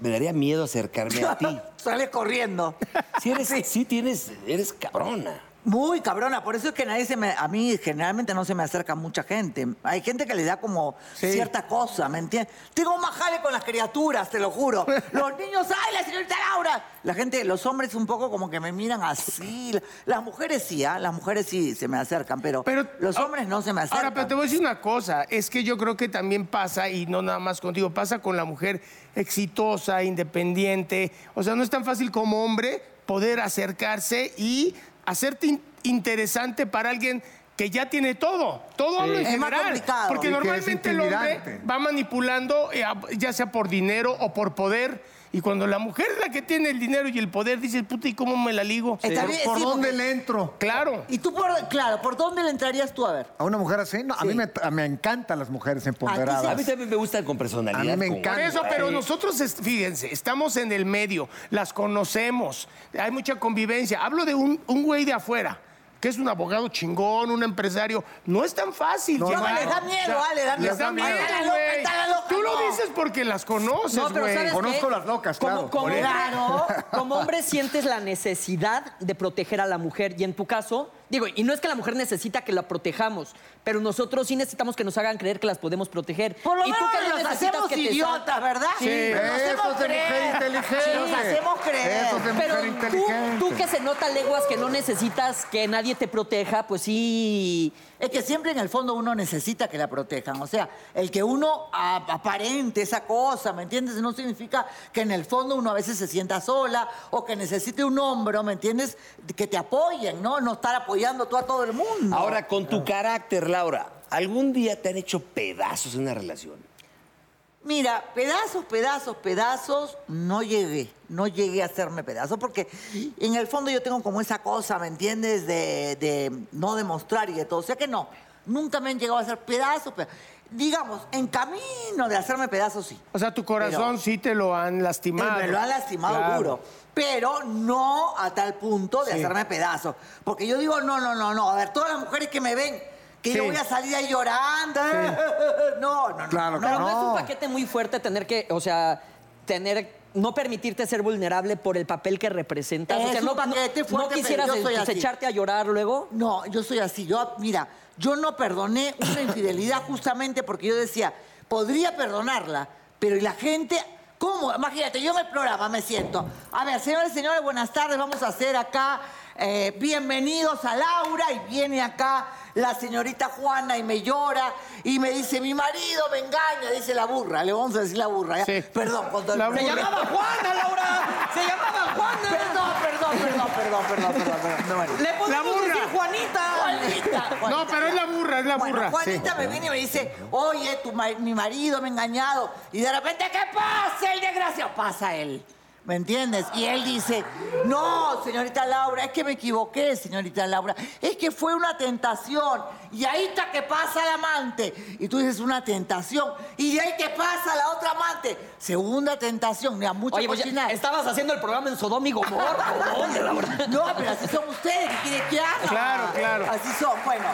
Speaker 1: me daría miedo acercarme a ti.
Speaker 5: Sales corriendo.
Speaker 1: Si eres, sí. tienes, eres cabrona.
Speaker 5: Muy cabrona, por eso es que nadie se me. A mí generalmente no se me acerca mucha gente. Hay gente que le da como cierta cosa, ¿me entiendes? Tengo más jale con las criaturas, te lo juro. Los niños, ¡ay, la señorita Laura! La gente, los hombres un poco como que me miran así. Las mujeres sí, ¿ah? Las mujeres sí se me acercan, pero, los hombres no se me acercan.
Speaker 3: ah, Ahora, pero te voy a decir una cosa, es que yo creo que también pasa, y no nada más contigo, pasa con la mujer exitosa, independiente. O sea, no es tan fácil como hombre poder acercarse y hacerte in- interesante para alguien que ya tiene todo, todo hombre en
Speaker 5: Es más
Speaker 3: general.
Speaker 5: complicado.
Speaker 3: Porque
Speaker 2: Y que es
Speaker 3: normalmente el hombre
Speaker 2: intimidante.
Speaker 3: va manipulando, eh, a- ya sea por dinero o por poder. Y cuando la mujer es la que tiene el dinero y el poder, dices, puta, ¿y cómo me la ligo?
Speaker 5: Está bien,
Speaker 2: ¿Por
Speaker 5: sí,
Speaker 2: dónde
Speaker 5: porque-
Speaker 2: le entro?
Speaker 3: Claro.
Speaker 5: Y tú, por, claro, ¿por dónde le entrarías tú a ver?
Speaker 2: ¿A una mujer así? No, a mí
Speaker 5: Sí.
Speaker 2: me, a- me encantan las mujeres empoderadas.
Speaker 1: A mí también me gustan con personalidad.
Speaker 2: A mí me
Speaker 1: con-
Speaker 2: encanta.
Speaker 3: Por eso, pero nosotros, es- fíjense, estamos en el medio, las conocemos, hay mucha convivencia. Hablo de un, un güey de afuera, que es un abogado chingón, un empresario. No es tan fácil.
Speaker 5: No,
Speaker 3: llegar.
Speaker 5: les da miedo, ah, les da
Speaker 3: les
Speaker 5: miedo.
Speaker 3: da miedo,
Speaker 5: Está la loca,
Speaker 3: güey.
Speaker 5: está la loca,
Speaker 3: Tú lo
Speaker 5: no.
Speaker 3: dices porque las conoces,
Speaker 4: No, pero
Speaker 3: güey.
Speaker 4: ¿sabes
Speaker 2: Conozco
Speaker 4: qué?
Speaker 2: las locas,
Speaker 4: Como-
Speaker 2: claro,
Speaker 4: Como,
Speaker 2: por eso.
Speaker 4: claro, como hombre sientes la necesidad de proteger a la mujer y en tu caso, digo, y no es que la mujer necesita que la protejamos, pero nosotros sí necesitamos que nos hagan creer que las podemos proteger.
Speaker 5: Por lo
Speaker 4: ¿Y
Speaker 5: menos
Speaker 4: que no
Speaker 5: nos
Speaker 4: necesitas
Speaker 5: hacemos
Speaker 4: que te
Speaker 5: idiotas, ¿verdad?
Speaker 3: Sí.
Speaker 5: Nos
Speaker 2: Eso
Speaker 5: hacemos
Speaker 2: es de mujer
Speaker 5: creer.
Speaker 2: inteligente.
Speaker 5: Nos hacemos creer.
Speaker 2: Eso es de mujer
Speaker 4: Pero tú,
Speaker 2: inteligente.
Speaker 4: tú que se nota leguas que no necesitas que nadie te proteja, pues sí.
Speaker 5: Es que siempre en el fondo uno necesita que la protejan. O sea, el que uno a- aparente esa cosa, ¿me entiendes? No significa que en el fondo uno a veces se sienta sola o que necesite un hombro, ¿me entiendes? Que te apoyen, ¿no? No estar apoyando tú a todo el mundo.
Speaker 1: Ahora, con tu carácter, Laura, ¿algún día te han hecho pedazos en una relación?
Speaker 5: Mira, pedazos, pedazos, pedazos, no llegué, no llegué a hacerme pedazos, porque en el fondo yo tengo como esa cosa, ¿me entiendes? De, de no demostrar y de todo. O sea que no, nunca me han llegado a hacer pedazos. pe- digamos, en camino de hacerme pedazos, sí.
Speaker 3: O sea, tu corazón
Speaker 5: Pero-
Speaker 3: sí te lo han lastimado.
Speaker 5: Eh, Me lo ha lastimado
Speaker 3: Claro.
Speaker 5: duro. Pero no a tal punto de hacerme pedazos. Porque yo digo, no, no, no, no. A ver, todas las mujeres que me ven, que yo
Speaker 3: Sí.
Speaker 5: voy a salir ahí llorando. No, no, no.
Speaker 2: Claro que
Speaker 5: no.
Speaker 4: Pero no. es
Speaker 2: No.
Speaker 4: un paquete muy fuerte tener que, o sea, tener no permitirte ser vulnerable por el papel que representas. o
Speaker 5: Es
Speaker 4: sea,
Speaker 5: un
Speaker 4: no, no-
Speaker 5: paquete fuerte,
Speaker 4: no quisieras
Speaker 5: pero yo soy
Speaker 4: des-
Speaker 5: así.
Speaker 4: echarte a llorar luego.
Speaker 5: No, yo soy así. Yo, mira, yo no perdoné una infidelidad justamente porque yo decía, podría perdonarla, pero y la gente. ¿Cómo? Imagínate, yo en el programa me siento. A ver, señores y señores, buenas tardes. Vamos a hacer acá eh, bienvenidos a Laura. Y viene acá la señorita Juana y me llora y me dice, mi marido me engaña, dice la burra. Le vamos a decir la burra. ¿ya?
Speaker 3: Sí.
Speaker 5: Perdón, con todo el
Speaker 3: La
Speaker 5: respeto.
Speaker 3: burra.
Speaker 5: Se llamaba Juana, Laura. Se llamaba Juana. Perdón, perdón, perdón, perdón, perdón, perdón. perdón. Bueno.
Speaker 4: Le
Speaker 3: La burra.
Speaker 5: Juanita.
Speaker 3: No, pero es la burra, es la
Speaker 5: Bueno,
Speaker 3: burra.
Speaker 5: Juanita me viene y me dice, oye, tu ma- mi marido me ha engañado. Y de repente, ¿qué pasa el desgraciado? Pasa él. ¿Me entiendes? Y él dice, no, señorita Laura, es que me equivoqué, señorita Laura. Es que fue una tentación. Y ahí está que pasa el amante. Y tú dices, una tentación. Y de ahí que pasa la otra amante. Segunda tentación. Mira, mucho
Speaker 4: Oye, pues ya-
Speaker 5: cocinar.
Speaker 4: estabas haciendo el programa en Sodoma y Gomorra. ¿o dónde, Laura?
Speaker 5: No, pero así son ustedes, ¿qué quieren que haga?
Speaker 3: Claro, claro.
Speaker 5: Así son, bueno.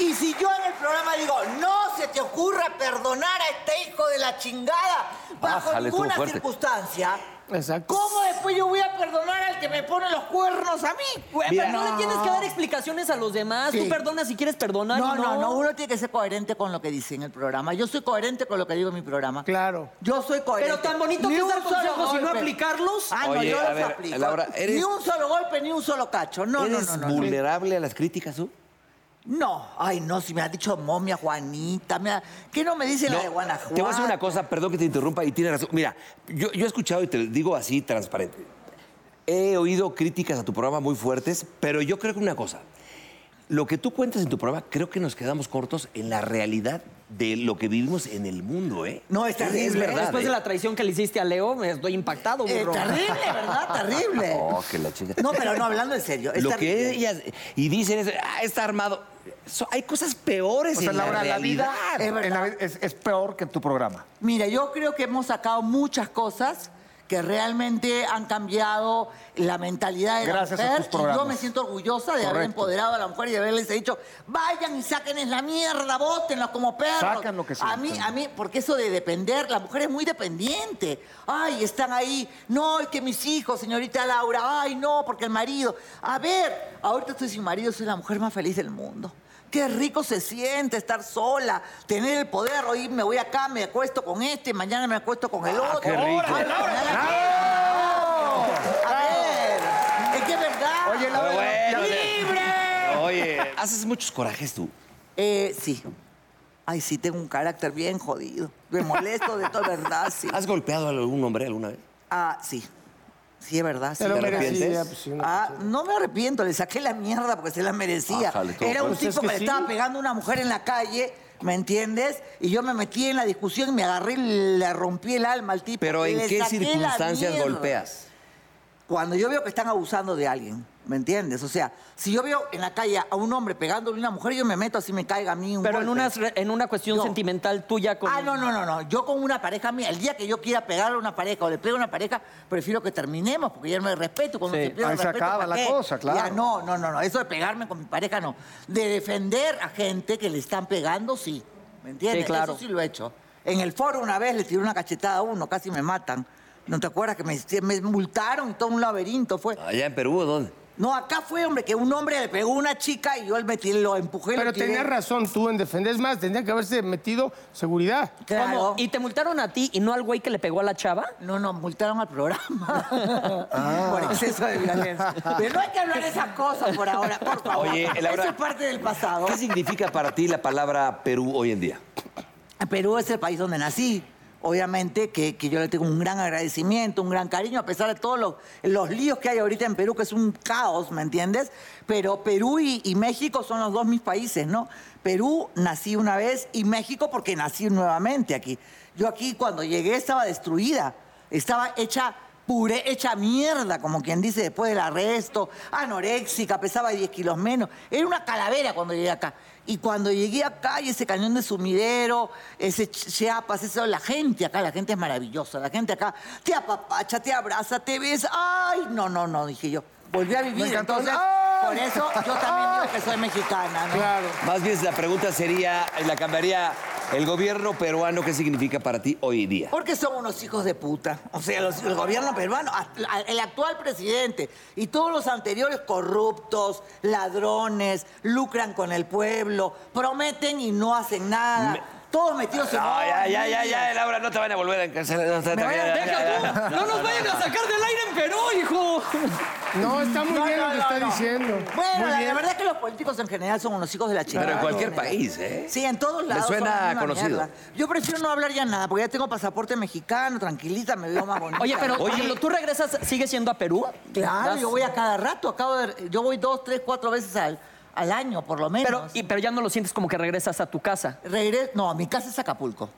Speaker 5: Y si yo en el programa digo, no se te ocurra perdonar a este hijo de la chingada bajo
Speaker 1: Bájale, estuvo
Speaker 5: ninguna
Speaker 1: fuerte.
Speaker 5: circunstancia,
Speaker 3: Exacto.
Speaker 5: ¿cómo después yo voy a perdonar al que me pone los cuernos a mí?
Speaker 4: Güey,
Speaker 1: Mira.
Speaker 4: pero no le tienes que dar explicaciones a los demás.
Speaker 5: Sí.
Speaker 4: Tú perdonas si quieres perdonar.
Speaker 5: No,
Speaker 4: y
Speaker 5: no, no, uno tiene que ser coherente con lo que dice en el programa. Yo soy coherente con lo que digo en mi programa.
Speaker 3: Claro.
Speaker 5: Yo soy coherente.
Speaker 4: Pero tan bonito
Speaker 5: Ni
Speaker 4: que es
Speaker 5: un
Speaker 4: dar
Speaker 5: solo
Speaker 4: consejos y no
Speaker 5: golpe.
Speaker 4: aplicarlos.
Speaker 5: Ah, no,
Speaker 1: Oye,
Speaker 5: yo
Speaker 1: a
Speaker 5: los
Speaker 1: ver,
Speaker 5: aplico.
Speaker 1: Laura, eres-
Speaker 5: Ni un solo golpe, ni un solo cacho. No, no,
Speaker 1: ¿Eres
Speaker 5: no, no, no.
Speaker 1: vulnerable a las críticas tú?
Speaker 5: No, ay, no, si me ha dicho momia, Juanita, me ha- ¿qué no me dice la de Guanajuato?
Speaker 1: Te voy a decir una cosa, perdón que te interrumpa y tienes razón. Mira, yo, yo he escuchado y te lo digo así transparente. He oído críticas a tu programa muy fuertes, pero yo creo que una cosa. Lo que tú cuentas en tu programa, creo que nos quedamos cortos en la realidad de lo que vivimos en el mundo, ¿eh?
Speaker 5: No, es terrible,
Speaker 1: Es verdad.
Speaker 4: Después
Speaker 1: ¿eh?
Speaker 4: de la traición que le hiciste a Leo, me estoy impactado,
Speaker 5: Eh,
Speaker 4: burro.
Speaker 5: terrible, ¿verdad? Terrible.
Speaker 1: Oh, que la chica.
Speaker 5: No, pero no, hablando en serio. es
Speaker 1: lo
Speaker 5: terrible.
Speaker 1: que ellas. Y dicen es, ah, está armado. So- hay cosas peores
Speaker 2: O sea,
Speaker 1: en
Speaker 2: Laura,
Speaker 1: la
Speaker 2: la
Speaker 1: realidad.
Speaker 2: vida
Speaker 5: Es verdad.
Speaker 2: en la vida es, es peor que en tu programa.
Speaker 5: Mira, yo creo que hemos sacado muchas cosas que realmente han cambiado la mentalidad de
Speaker 2: Gracias a
Speaker 5: la mujer.
Speaker 2: tus
Speaker 5: y yo
Speaker 2: programas.
Speaker 5: me siento orgullosa de haber
Speaker 2: Correcto.
Speaker 5: empoderado a la mujer y de haberles dicho, vayan y saquen la mierda, bótenlos como perros.
Speaker 2: Sacan lo que
Speaker 5: A
Speaker 2: sientan.
Speaker 5: mí, a mí, porque eso de depender, la mujer es muy dependiente. Ay, están ahí. No, es que mis hijos, señorita Laura, ay, no, porque el marido. A ver, ahorita estoy sin marido, soy la mujer más feliz del mundo. Qué rico se siente estar sola, tener el poder, hoy me voy acá, me acuesto con este, mañana me acuesto con
Speaker 2: Ah,
Speaker 5: el otro.
Speaker 1: qué rico.
Speaker 5: Órale, Laura, A ver, es que es verdad.
Speaker 2: Oye, Laura,
Speaker 1: Pero Ah, bueno,
Speaker 2: ya-
Speaker 1: Oye, haces muchos corajes tú.
Speaker 5: Eh, sí. Ay, sí, tengo un carácter bien jodido. Me molesto de todo, ¿verdad? Sí.
Speaker 1: ¿Has golpeado a algún hombre alguna vez?
Speaker 5: Ah, sí. Sí, es verdad. Sí.
Speaker 3: Te lo
Speaker 1: ¿Te
Speaker 3: merecía.
Speaker 1: arrepientes?
Speaker 3: pues, sí, no.
Speaker 5: Ah, no me arrepiento, le saqué la mierda porque se la merecía.
Speaker 1: Ájale, todo
Speaker 5: Era un
Speaker 3: fuerte. Pues es
Speaker 5: tipo que le
Speaker 3: que sí.
Speaker 5: estaba pegando a una mujer en la calle, ¿me entiendes? Y yo me metí en la discusión y me agarré y le rompí el alma al tipo.
Speaker 1: Pero ¿en
Speaker 5: Le
Speaker 1: qué
Speaker 5: saqué la
Speaker 1: circunstancias
Speaker 5: mierda.
Speaker 1: golpeas?
Speaker 5: Cuando yo veo que están abusando de alguien, ¿me entiendes? O sea, si yo veo en la calle a un hombre pegándole a una mujer, yo me meto así me caiga a mí un
Speaker 4: Pero en
Speaker 5: golpe.
Speaker 4: una, en una cuestión
Speaker 5: No.
Speaker 4: sentimental tuya con...
Speaker 5: Ah, no, no, no, no. Yo con una pareja mía, el día que yo quiera pegarle a una pareja o le pego a una pareja, prefiero que terminemos porque ya no hay respeto. Cuando
Speaker 4: Sí.
Speaker 5: se pierde
Speaker 2: Ahí
Speaker 5: el
Speaker 2: se
Speaker 5: respeto,
Speaker 2: acaba
Speaker 5: ¿para
Speaker 2: la
Speaker 5: qué?
Speaker 2: cosa, claro.
Speaker 5: Ya no, no, no, no. Eso de pegarme con mi pareja no. De defender a gente que le están pegando, sí. ¿Me entiendes?
Speaker 4: Sí, claro.
Speaker 5: Eso sí lo he hecho. En el foro una vez le tiré una cachetada a uno, casi me matan. ¿No te acuerdas que me, me multaron y todo un laberinto fue?
Speaker 1: ¿Allá en Perú o dónde?
Speaker 5: No, acá fue, hombre, que un hombre le pegó a una chica y yo me tiré, lo empujé. lo
Speaker 3: Pero
Speaker 5: tiré.
Speaker 3: tenías razón tú en defender. Es más, tendría que haberse metido seguridad.
Speaker 4: ¿Cómo?
Speaker 5: Claro.
Speaker 4: ¿Y te multaron a ti y no al güey que le pegó a la chava?
Speaker 5: No, no, multaron al programa por exceso de violencia. Pero no hay que hablar de esas cosas por ahora, por favor.
Speaker 1: Oye, Laura-
Speaker 5: Eso es parte del pasado.
Speaker 1: ¿Qué significa para ti la palabra Perú hoy en día?
Speaker 5: Perú es el país donde nací. Obviamente que, que yo le tengo un gran agradecimiento, un gran cariño, a pesar de todos los, los líos que hay ahorita en Perú, que es un caos, ¿me entiendes? Pero Perú y, y México son los dos mis países, ¿no? Perú nací una vez y México porque nací nuevamente aquí. Yo aquí cuando llegué estaba destruida, estaba hecha puré hecha mierda, como quien dice, después del arresto, anoréxica, pesaba 10 kilos menos. Era una calavera cuando llegué acá. Y cuando llegué acá y ese cañón de sumidero, ese ch- chiapas, eso, la gente acá, la gente es maravillosa, la gente acá te apapacha, te abraza, te besa. Ay, no, no, no, dije yo. Volví a vivir,
Speaker 2: encantó.
Speaker 5: entonces,
Speaker 2: ¡Ay!
Speaker 5: por eso yo también digo que soy mexicana, ¿no?
Speaker 1: Más bien la pregunta sería, la cambiaría, el gobierno peruano, ¿qué significa para ti hoy día?
Speaker 5: Porque son unos hijos de puta. O sea, los- el gobierno peruano, a- a- el actual presidente y todos los anteriores corruptos, ladrones, lucran con el pueblo, prometen y no hacen nada. Todos metidos en...
Speaker 1: No, ya, ya, ya,
Speaker 5: hormigas.
Speaker 1: ya, Laura, no te van a volver a encarcelar. No, está-
Speaker 5: Me van a-
Speaker 1: ya, ya,
Speaker 5: deja
Speaker 1: ya,
Speaker 5: tú.
Speaker 1: ya.
Speaker 4: No nos vayan a sacar del aire en Perú, hijo.
Speaker 3: No, está muy
Speaker 5: No,
Speaker 3: bien
Speaker 5: no,
Speaker 3: lo que
Speaker 5: no,
Speaker 3: está
Speaker 5: no.
Speaker 3: diciendo.
Speaker 5: Bueno,
Speaker 3: Muy
Speaker 5: la, la
Speaker 3: bien.
Speaker 5: verdad es que los políticos en general son unos hijos de la chingada.
Speaker 1: Pero en cualquier
Speaker 5: En general.
Speaker 1: país, ¿eh?
Speaker 5: Sí, en todos
Speaker 1: Me
Speaker 5: lados. son
Speaker 1: suena
Speaker 5: la misma
Speaker 1: conocido.
Speaker 5: Yo prefiero no hablar ya nada, porque ya tengo pasaporte mexicano, tranquilita, me veo más bonita.
Speaker 4: Oye, pero
Speaker 1: Oye.
Speaker 4: por ejemplo, tú regresas, ¿sigues yendo a Perú?
Speaker 5: Claro,
Speaker 4: ¿Vas?
Speaker 5: yo voy a cada rato, acabo de, yo voy dos, tres, cuatro veces al, al año, por lo menos.
Speaker 4: Pero, y- pero ya no lo sientes como que regresas a tu casa.
Speaker 5: Regre- no, mi casa es Acapulco.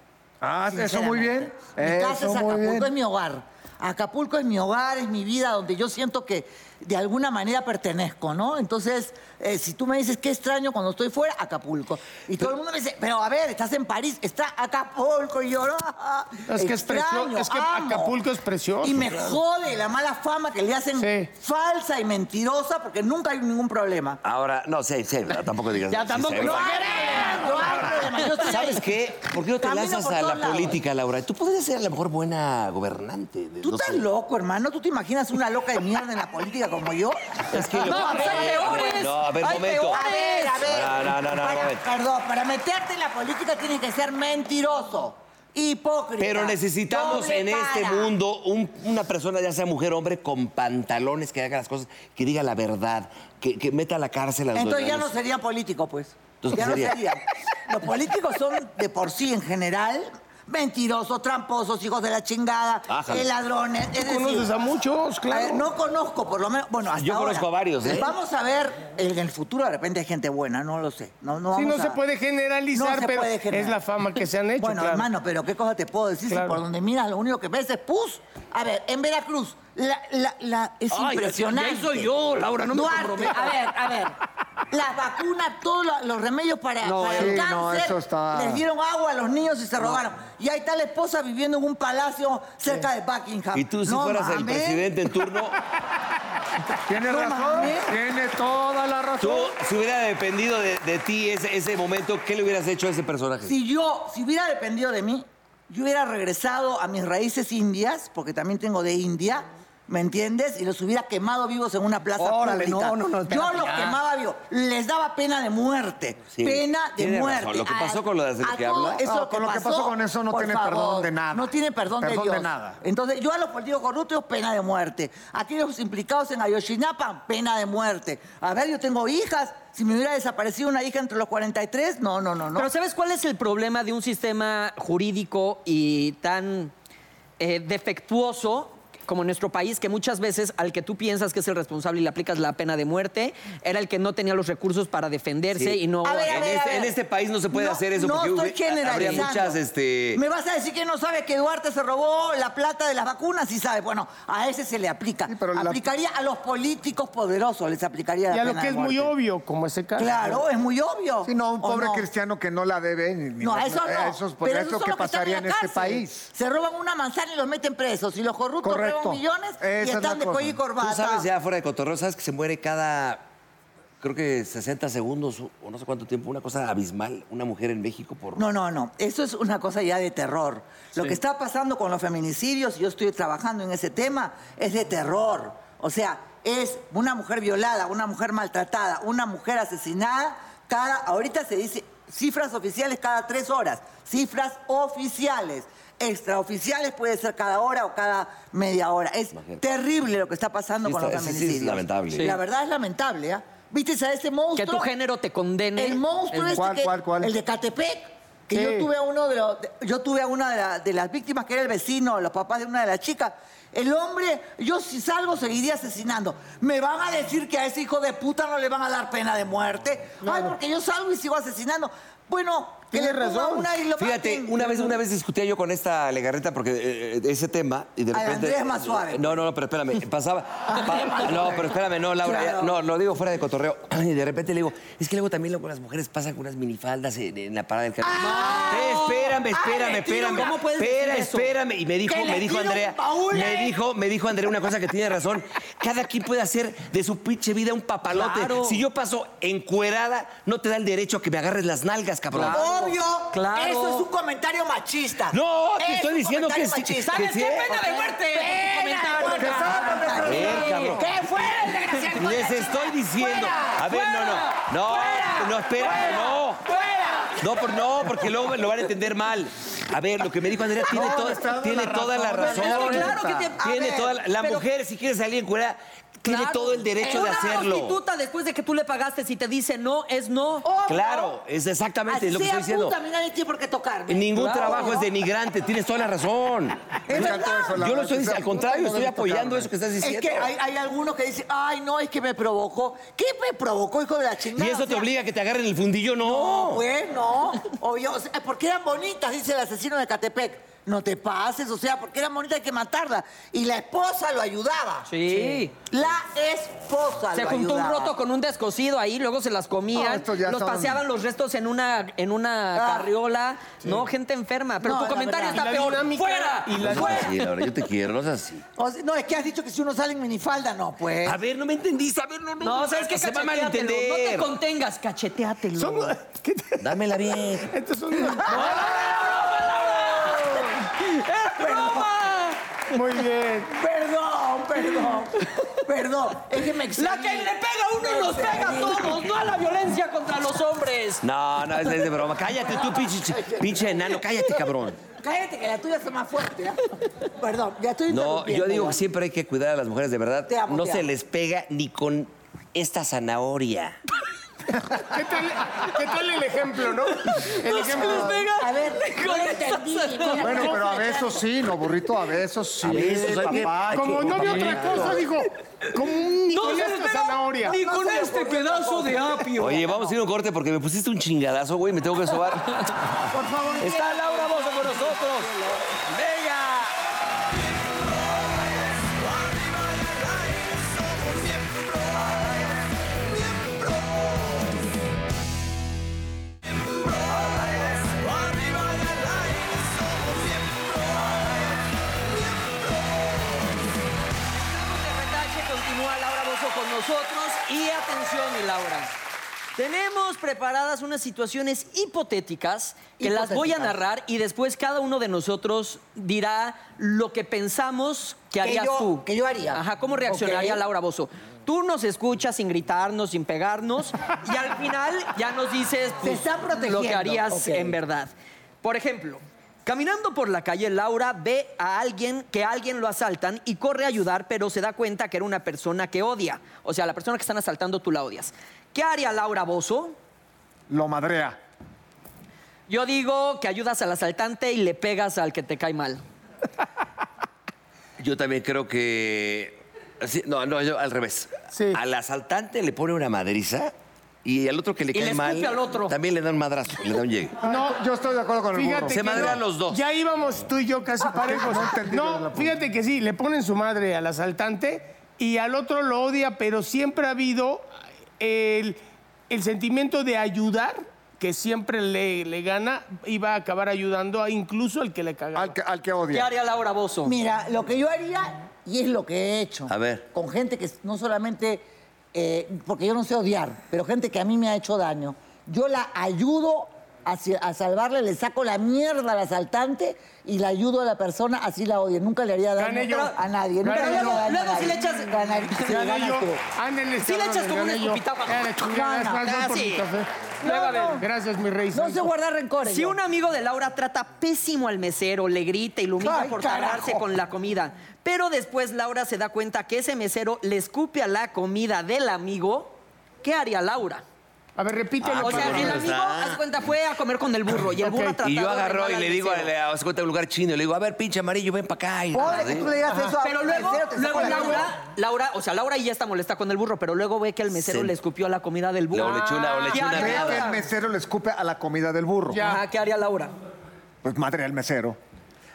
Speaker 2: Ah, eso muy bien.
Speaker 5: Mi casa
Speaker 2: Eso
Speaker 5: es
Speaker 2: muy
Speaker 5: Acapulco, es
Speaker 2: bien.
Speaker 5: mi hogar. Acapulco es mi hogar, es mi vida, donde yo siento que de alguna manera pertenezco, ¿no? Entonces, eh, si tú me dices qué extraño cuando estoy fuera, Acapulco. Y todo el mundo me dice, pero a ver, estás en París, está Acapulco. Y yo, "Ah,
Speaker 3: Es que es
Speaker 5: extraño,
Speaker 3: precioso, es que
Speaker 5: amo".
Speaker 3: Acapulco es precioso.
Speaker 5: Y me jode la mala fama que le hacen
Speaker 3: Sí.
Speaker 5: falsa y mentirosa porque nunca hay ningún problema.
Speaker 1: Ahora, no, sí, sí, tampoco digas.
Speaker 4: Ya,
Speaker 1: sí,
Speaker 4: tampoco,
Speaker 1: sí,
Speaker 4: no,
Speaker 1: sí.
Speaker 5: No hay problema, yo estoy
Speaker 1: ¿Sabes
Speaker 5: ahí.
Speaker 1: qué? ¿Por qué no te
Speaker 5: Camino
Speaker 1: lanzas
Speaker 5: por
Speaker 1: a
Speaker 5: todos
Speaker 1: la
Speaker 5: lados.
Speaker 1: política, Laura? Tú podrías ser a lo mejor buena gobernante. de-
Speaker 5: Tú
Speaker 1: no
Speaker 5: estás
Speaker 1: sé.
Speaker 5: loco, hermano. ¿Tú te imaginas una loca de mierda en la política como yo?
Speaker 1: Es que lo-
Speaker 4: No, pues hay peores.
Speaker 1: No, a ver,
Speaker 4: Hay
Speaker 1: momento.
Speaker 4: peores.
Speaker 5: A ver, a ver.
Speaker 1: No, no, no, no,
Speaker 5: Para-
Speaker 1: momento.
Speaker 5: Perdón, para meterte en la política tienes que ser mentiroso, hipócrita.
Speaker 1: Pero necesitamos
Speaker 5: doble
Speaker 1: en este
Speaker 5: cara.
Speaker 1: mundo un- una persona, ya sea mujer o hombre, con pantalones que haga las cosas, que diga la verdad, que, que meta a la cárcel a los
Speaker 5: Entonces ya no
Speaker 1: los-
Speaker 5: sería político, pues.
Speaker 1: Entonces,
Speaker 5: ya
Speaker 1: ¿qué sería?
Speaker 5: no sería. Los políticos son de por sí en general mentirosos, tramposos, hijos de la chingada,
Speaker 1: Ájale.
Speaker 5: eh, ladrones. Es decir,
Speaker 3: Conoces a muchos,
Speaker 5: A ver,
Speaker 3: claro.
Speaker 5: no conozco, por lo menos. Bueno, hasta
Speaker 1: Yo
Speaker 5: ahora.
Speaker 1: conozco a varios, ¿eh?
Speaker 5: Vamos a ver, en el futuro de repente hay gente buena, no lo sé. No, no
Speaker 3: Sí,
Speaker 5: vamos
Speaker 3: no se
Speaker 5: a-
Speaker 3: puede generalizar,
Speaker 5: No se
Speaker 3: pero
Speaker 5: puede generar.
Speaker 3: es la fama que se han hecho.
Speaker 5: Bueno,
Speaker 3: claro.
Speaker 5: hermano, pero qué cosa te puedo decir
Speaker 3: Claro.
Speaker 5: si por donde miras lo único que ves es pus. A ver, en Veracruz, la, la- la- es
Speaker 1: Ay,
Speaker 5: impresionante.
Speaker 1: ya soy yo, Laura, no me
Speaker 5: Duarte,
Speaker 1: comprometas.
Speaker 5: A ver, a ver. Las vacunas, todos lo- los remedios para,
Speaker 2: No,
Speaker 5: para
Speaker 2: sí,
Speaker 5: el
Speaker 2: no,
Speaker 5: cáncer,
Speaker 2: eso está-
Speaker 5: les dieron agua a los niños y se robaron. Y ahí está la esposa viviendo en un palacio cerca de Buckingham.
Speaker 1: Y tú, si
Speaker 5: No
Speaker 1: fueras el
Speaker 5: mames.
Speaker 1: presidente en turno,
Speaker 2: Tiene
Speaker 5: No
Speaker 2: razón.
Speaker 5: mames.
Speaker 2: Tiene toda la
Speaker 1: tú,
Speaker 2: razón.
Speaker 1: si hubiera dependido de, de ti ese, ese momento, ¿qué le hubieras hecho a ese personaje?
Speaker 5: Si yo, si hubiera dependido de mí, yo hubiera regresado a mis raíces indias, porque también tengo de India, ¿me entiendes? Y los hubiera quemado vivos en una plaza
Speaker 2: Órale,
Speaker 5: pública.
Speaker 2: no, no, no,
Speaker 5: yo
Speaker 2: espérate,
Speaker 5: los
Speaker 2: ya.
Speaker 5: quemaba vivos. Les daba pena de muerte.
Speaker 1: Sí,
Speaker 5: pena de
Speaker 1: tiene razón.
Speaker 5: muerte.
Speaker 1: Lo que pasó con lo de- de
Speaker 5: a
Speaker 1: que
Speaker 5: todo
Speaker 1: habla.
Speaker 5: eso
Speaker 2: No, con lo que pasó con eso no
Speaker 5: por
Speaker 2: tiene perdón de nada.
Speaker 5: No tiene perdón, de
Speaker 2: Perdón de
Speaker 5: Dios.
Speaker 2: nada.
Speaker 5: Entonces, yo a los políticos corruptos, pena de muerte. Aquí los implicados en Ayotzinapa, pena de muerte. A ver, yo tengo hijas. Si me hubiera desaparecido una hija entre los 43, no, no, no, no.
Speaker 4: Pero ¿sabes cuál es el problema de un sistema jurídico y tan eh, defectuoso como nuestro país, que muchas veces al que tú piensas que es el responsable y le aplicas la pena de muerte, era el que no tenía los recursos para defenderse
Speaker 1: Sí.
Speaker 4: y no...
Speaker 5: A ver, a
Speaker 1: en,
Speaker 5: ver, a
Speaker 1: este,
Speaker 5: ver.
Speaker 1: en este país no se puede
Speaker 5: No,
Speaker 1: hacer eso
Speaker 5: no
Speaker 1: porque
Speaker 5: estoy
Speaker 1: hubi- habría
Speaker 5: generalizando.
Speaker 1: muchas. Este...
Speaker 5: Me vas a decir que no sabe que Duarte se robó la plata de las vacunas y sabe. Bueno, a ese se le aplica.
Speaker 2: Sí, pero la-
Speaker 5: aplicaría a los políticos poderosos, les aplicaría la
Speaker 3: Y a lo
Speaker 5: pena
Speaker 3: que
Speaker 5: de
Speaker 3: es muy
Speaker 5: muerte.
Speaker 3: obvio, como ese caso.
Speaker 5: Claro, es muy obvio.
Speaker 2: Si no, un
Speaker 5: ¿O
Speaker 2: pobre
Speaker 5: no?
Speaker 2: cristiano que no la debe. Ni, ni-
Speaker 5: No, a eso no.
Speaker 2: eh, Eso es, por
Speaker 5: Pero
Speaker 2: eso
Speaker 5: esos son
Speaker 2: que
Speaker 5: los están
Speaker 2: pasaría en
Speaker 5: la
Speaker 2: este
Speaker 5: cárcel.
Speaker 2: país.
Speaker 5: Se roban una manzana y los meten presos. Y los corruptos
Speaker 2: Correcto.
Speaker 5: roban millones
Speaker 2: Esa es
Speaker 5: y
Speaker 2: la
Speaker 5: están de
Speaker 2: cosa.
Speaker 5: cuello y
Speaker 2: Tú
Speaker 5: corbata.
Speaker 1: Tú sabes ya fuera de cotorreo, sabes que se muere cada, creo que 60 segundos o no sé cuánto tiempo, una cosa abismal, una mujer en México por...
Speaker 5: No, no, no. Eso es una cosa ya de terror. Lo que está pasando con los feminicidios, y yo estoy trabajando en ese tema, es de terror. O sea, es una mujer violada, una mujer maltratada, una mujer asesinada. Cada, ahorita se dice cifras oficiales cada tres horas. Cifras oficiales. Extraoficiales puede ser cada hora o cada media hora. Es
Speaker 1: Imagínate.
Speaker 5: terrible lo que está pasando
Speaker 1: Sí,
Speaker 5: con
Speaker 1: está-
Speaker 5: los
Speaker 1: sí, sí, es
Speaker 5: feminicidios.
Speaker 1: lamentable. Sí.
Speaker 5: La verdad es lamentable. ¿ah? ¿Viste a ese monstruo?
Speaker 4: Que tu género te condene.
Speaker 5: El monstruo
Speaker 4: Es-
Speaker 5: este
Speaker 2: ¿Cuál,
Speaker 5: que-
Speaker 2: cuál, cuál?
Speaker 5: El de Catepec. Que
Speaker 3: Sí.
Speaker 5: yo tuve a uno de los- de- yo tuve a una de, la- de las víctimas que era el vecino, los papás de una de las chicas. El hombre, yo si salgo seguiría asesinando. Me van a decir que a ese hijo de puta no le van a dar pena de muerte. Ay, porque yo salgo y sigo asesinando. Bueno, Que le
Speaker 3: Tienes
Speaker 5: ponga
Speaker 3: razón.
Speaker 5: una y lo
Speaker 1: Fíjate,
Speaker 5: maten.
Speaker 1: una vez, una vez discutía yo con esta legarreta porque eh, eh, ese tema y de
Speaker 5: Ay,
Speaker 1: repente. Eh,
Speaker 5: Andrés más suave.
Speaker 1: No, no, no, pero espérame. Pasaba. pa- no, pero espérame, no, Laura. ya-
Speaker 5: Claro.
Speaker 1: no, lo digo fuera de cotorreo. Y de repente le digo, es que luego también luego las mujeres pasan con unas minifaldas en, en la parada del camión. Eh, espérame, espérame,
Speaker 5: ¡Ah! le tiro
Speaker 1: espérame.
Speaker 5: un- ¿Cómo puedes
Speaker 1: Espera,
Speaker 5: decir eso?
Speaker 1: espérame. Y me dijo,
Speaker 5: Que le
Speaker 1: me dijo
Speaker 5: tiro un
Speaker 1: Andrea.
Speaker 5: baúl,
Speaker 1: Me
Speaker 5: eh.
Speaker 1: dijo, me dijo Andrea una cosa que tiene razón. Cada quien puede hacer de su pinche vida un papalote.
Speaker 4: Claro.
Speaker 1: Si yo paso encuerada, no te da el derecho a que me agarres las nalgas, cabrón.
Speaker 5: Obvio.
Speaker 4: Claro.
Speaker 5: Eso es un comentario machista.
Speaker 1: No, te
Speaker 5: Es
Speaker 1: estoy
Speaker 5: un
Speaker 1: diciendo que
Speaker 5: comentario
Speaker 1: sí,
Speaker 5: machista.
Speaker 1: que
Speaker 5: ¿Sabes
Speaker 1: sí,
Speaker 5: qué?
Speaker 1: ¿eh?
Speaker 5: Pena de muerte. Comentario.
Speaker 1: Eh, cabrón.
Speaker 5: ¿Qué fue el desgraciado? hijo de
Speaker 1: Les
Speaker 5: la chica?
Speaker 1: estoy diciendo.
Speaker 5: ¡Fuera!
Speaker 1: A ver, no,
Speaker 5: ¡Fuera!
Speaker 1: no. No,
Speaker 5: ¡Fuera!
Speaker 1: no, espera,
Speaker 5: ¡Fuera!
Speaker 1: no.
Speaker 5: ¡Fuera!
Speaker 1: No, por, no, porque luego lo van a entender mal. A ver, lo que me dijo Andrea tiene, toda- tiene toda la razón.
Speaker 4: Pero es que claro que te- a
Speaker 1: tiene
Speaker 4: ver,
Speaker 1: toda la, la
Speaker 4: pero-
Speaker 1: mujer, si quiere salir en cura, tiene
Speaker 4: Claro.
Speaker 1: todo el derecho de
Speaker 4: Una
Speaker 1: hacerlo.
Speaker 4: prostituta, después de que tú le pagaste, si te dice no, es no.
Speaker 1: Oh, Claro, es exactamente es lo que estoy
Speaker 5: Así a
Speaker 1: diciendo.
Speaker 5: puta, mira, nadie tiene por qué tocarme.
Speaker 1: Ningún
Speaker 4: Claro.
Speaker 1: trabajo es denigrante, tienes toda la razón.
Speaker 5: Es
Speaker 2: Me encantó
Speaker 5: verdad.
Speaker 1: Yo
Speaker 2: eso, Laura,
Speaker 1: lo estoy
Speaker 2: que sea
Speaker 1: diciendo, al
Speaker 2: puta,
Speaker 1: contrario,
Speaker 2: no
Speaker 1: estoy
Speaker 2: debes
Speaker 1: apoyando
Speaker 2: tocarme.
Speaker 1: eso que estás
Speaker 5: Es
Speaker 1: diciendo.
Speaker 5: que hay, hay algunos que dicen, ay, no, es que me provocó. ¿Qué me provocó, hijo de la chingada?
Speaker 1: Y eso
Speaker 5: O
Speaker 1: te
Speaker 5: sea,
Speaker 1: obliga a que te agarren el fundillo,
Speaker 5: No,
Speaker 1: no.
Speaker 5: pues no. Obvio, o sea, porque eran bonitas, dice el asesino de Catepec. No te pases, o sea, porque eran bonitas hay que matarla. Y la esposa lo ayudaba.
Speaker 4: Sí.
Speaker 5: La esposa
Speaker 4: Se
Speaker 5: lo
Speaker 4: juntó un
Speaker 5: ayudaba.
Speaker 4: roto con un descosido ahí, luego se las
Speaker 2: No,
Speaker 4: comían,
Speaker 2: estos ya
Speaker 4: los
Speaker 2: son-
Speaker 4: paseaban los restos en una, en una
Speaker 5: Ah.
Speaker 4: carriola. No, gente enferma. Pero
Speaker 5: No,
Speaker 4: tu
Speaker 5: la
Speaker 4: comentario
Speaker 5: verdad.
Speaker 4: está
Speaker 3: Y la
Speaker 4: peor.
Speaker 3: dinámica-
Speaker 4: ¡Fuera!
Speaker 3: y la-
Speaker 4: ¡Fuera!
Speaker 1: Sí, Laura, yo te quiero, no es así.
Speaker 5: O sea, no, es que has dicho que si uno sale en minifalda, no, pues.
Speaker 4: Ah.
Speaker 1: A ver, no me entendiste. A ver, no, no.
Speaker 4: No, ¿sabes qué?
Speaker 1: Se va a
Speaker 4: Cachetéatelo. No te
Speaker 1: malentender.
Speaker 4: contengas, cacheteatelo.
Speaker 3: Son- ¿Qué te-
Speaker 1: Dámela bien.
Speaker 3: Estos son... Muy bien.
Speaker 5: Perdón, perdón, perdón. Es que
Speaker 4: La
Speaker 5: me excedí.
Speaker 4: que le pega a uno nos
Speaker 5: Sí.
Speaker 4: pega a todos, no a la violencia contra los hombres.
Speaker 1: No, no, es, es de broma. Cállate tú, pinche, pinche enano. Cállate, cabrón.
Speaker 5: Cállate, que la tuya está más fuerte. ¿eh? Perdón, ya estoy
Speaker 1: No, yo
Speaker 5: interrumpiendo,
Speaker 1: digo
Speaker 5: ya.
Speaker 1: que siempre hay que cuidar a las mujeres, de verdad.
Speaker 5: Te amo,
Speaker 1: No
Speaker 5: te
Speaker 1: se
Speaker 5: amo.
Speaker 1: les pega ni con esta zanahoria.
Speaker 3: ¿Qué tal, qué tal el ejemplo, no? El ejemplo.
Speaker 5: A ver, no lo entendí. mira,
Speaker 2: Bueno,
Speaker 5: no
Speaker 2: pero a
Speaker 5: se
Speaker 2: besos sí, no, burrito, a besos sí.
Speaker 1: besos, hay que-
Speaker 2: papá,
Speaker 3: Como no vi otra cosa, dijo. Como un Nicolás de zanahoria.
Speaker 4: ni con este pedazo de apio.
Speaker 1: Oye, vamos a ir a un corte porque me pusiste un chingadazo, güey. Me tengo que sobar.
Speaker 5: Por favor,
Speaker 1: Está Laura Bozo con nosotros. ¡Venga!
Speaker 4: de retache continúa Laura Bozo con nosotros y atención, mi Laura. Tenemos preparadas unas situaciones hipotéticas que las voy a narrar y después cada uno de nosotros dirá lo que pensamos que harías
Speaker 5: yo-
Speaker 4: tú.
Speaker 5: que yo haría.
Speaker 4: Ajá, cómo reaccionaría
Speaker 5: Ok.
Speaker 4: Laura Bozo. Tú nos escuchas sin gritarnos, sin pegarnos y al final ya nos dices pues,
Speaker 5: está protegiendo.
Speaker 4: lo que harías
Speaker 5: Ok.
Speaker 4: en verdad. Por ejemplo, caminando por la calle, Laura ve a alguien que a alguien lo asaltan y corre a ayudar, pero se da cuenta que era una persona que odia. O sea, la persona que están asaltando tú la odias. ¿Qué haría Laura Bozo?
Speaker 2: Lo madrea.
Speaker 4: Yo digo que ayudas al asaltante y le pegas al que te cae mal.
Speaker 1: Yo también creo que. sí, no, no, yo al revés.
Speaker 3: Sí.
Speaker 1: Al asaltante le pone una madriza y al otro que le
Speaker 4: Y
Speaker 1: cae
Speaker 4: le escupe
Speaker 1: mal.
Speaker 4: al otro.
Speaker 1: También le da un madrazo, le da un llegue.
Speaker 2: No, yo estoy de acuerdo con el burro.
Speaker 3: Fíjate
Speaker 1: Se
Speaker 3: que
Speaker 1: madrean
Speaker 3: no.
Speaker 1: los dos.
Speaker 3: Ya íbamos tú y yo casi parejos.
Speaker 2: no entendí lo de la
Speaker 3: No,
Speaker 2: pregunta.
Speaker 3: fíjate que sí, le ponen su madre al asaltante y al otro lo odia, pero siempre ha habido eh, el, el sentimiento de ayudar que siempre le, le gana y va a acabar ayudando a incluso al que le cagaba.
Speaker 2: Al que, al que
Speaker 4: ¿Qué
Speaker 2: odia.
Speaker 4: haría Laura Bozo?
Speaker 5: Mira, lo que yo haría, y es lo que he hecho.
Speaker 1: A ver.
Speaker 5: Con gente que no solamente, eh, porque yo no sé odiar, pero gente que a mí me ha hecho daño. Yo la ayudo a, si- a salvarle, le saco la mierda al asaltante y la ayudo a la persona, así la odie. Nunca le haría daño
Speaker 3: Gané yo.
Speaker 5: a nadie. Nunca
Speaker 3: Gané
Speaker 5: le haría
Speaker 3: yo.
Speaker 5: daño a
Speaker 4: Luego, si
Speaker 5: nadie.
Speaker 4: le echas-
Speaker 5: Ganar- sí,
Speaker 3: Gané
Speaker 5: ganas
Speaker 3: yo.
Speaker 5: tú.
Speaker 3: Ándale,
Speaker 4: Sí le
Speaker 3: cabrones,
Speaker 4: echas como un
Speaker 3: gané yo.
Speaker 4: escupitajo.
Speaker 3: Ya, la chingada, gracias por
Speaker 5: No, no,
Speaker 4: así.
Speaker 3: mi café.
Speaker 4: Luego, a ver.
Speaker 3: Gracias, mi rey.
Speaker 5: No
Speaker 3: santo.
Speaker 5: se guarda rencores.
Speaker 4: Si un amigo de Laura trata pésimo al mesero, le grita y lo humilla
Speaker 5: ¡Ay,
Speaker 4: por
Speaker 5: carajo!
Speaker 4: tardarse con la comida, pero después Laura se da cuenta que ese mesero le escupe a la comida del amigo, ¿qué haría Laura?
Speaker 3: A ver, repítelo.
Speaker 1: Ah,
Speaker 3: por
Speaker 1: qué
Speaker 4: O sea,
Speaker 3: favor.
Speaker 4: el
Speaker 1: bueno
Speaker 4: amigo,
Speaker 1: está.
Speaker 4: haz cuenta, fue a comer con el burro y el burro
Speaker 3: Ok.
Speaker 4: trató
Speaker 1: Y yo
Speaker 4: de
Speaker 1: agarró
Speaker 4: arreglar
Speaker 1: y le
Speaker 4: al
Speaker 1: digo, a
Speaker 4: mesero.
Speaker 1: la a un lugar chino, le digo, a ver, pinche amarillo, ven para acá. Y
Speaker 4: Pobre
Speaker 1: nada,
Speaker 4: que
Speaker 1: ¿eh?
Speaker 4: tú le digas eso a-
Speaker 2: Ajá.
Speaker 4: Pero
Speaker 2: al
Speaker 4: luego,
Speaker 2: mesero, te
Speaker 4: luego
Speaker 2: saca la
Speaker 4: Laura, Laura, o sea, Laura ya está molesta con el burro, pero luego ve que el mesero
Speaker 1: Sí.
Speaker 4: le escupió la comida del burro.
Speaker 1: Luego le echó una- o le echó
Speaker 4: ¿qué
Speaker 1: una
Speaker 4: haría
Speaker 2: Ve
Speaker 1: mierda.
Speaker 2: que el
Speaker 4: Laura?
Speaker 2: mesero le escupe a la comida del burro.
Speaker 3: Ya.
Speaker 6: Ajá, ¿qué haría Laura?
Speaker 2: Pues madre al mesero.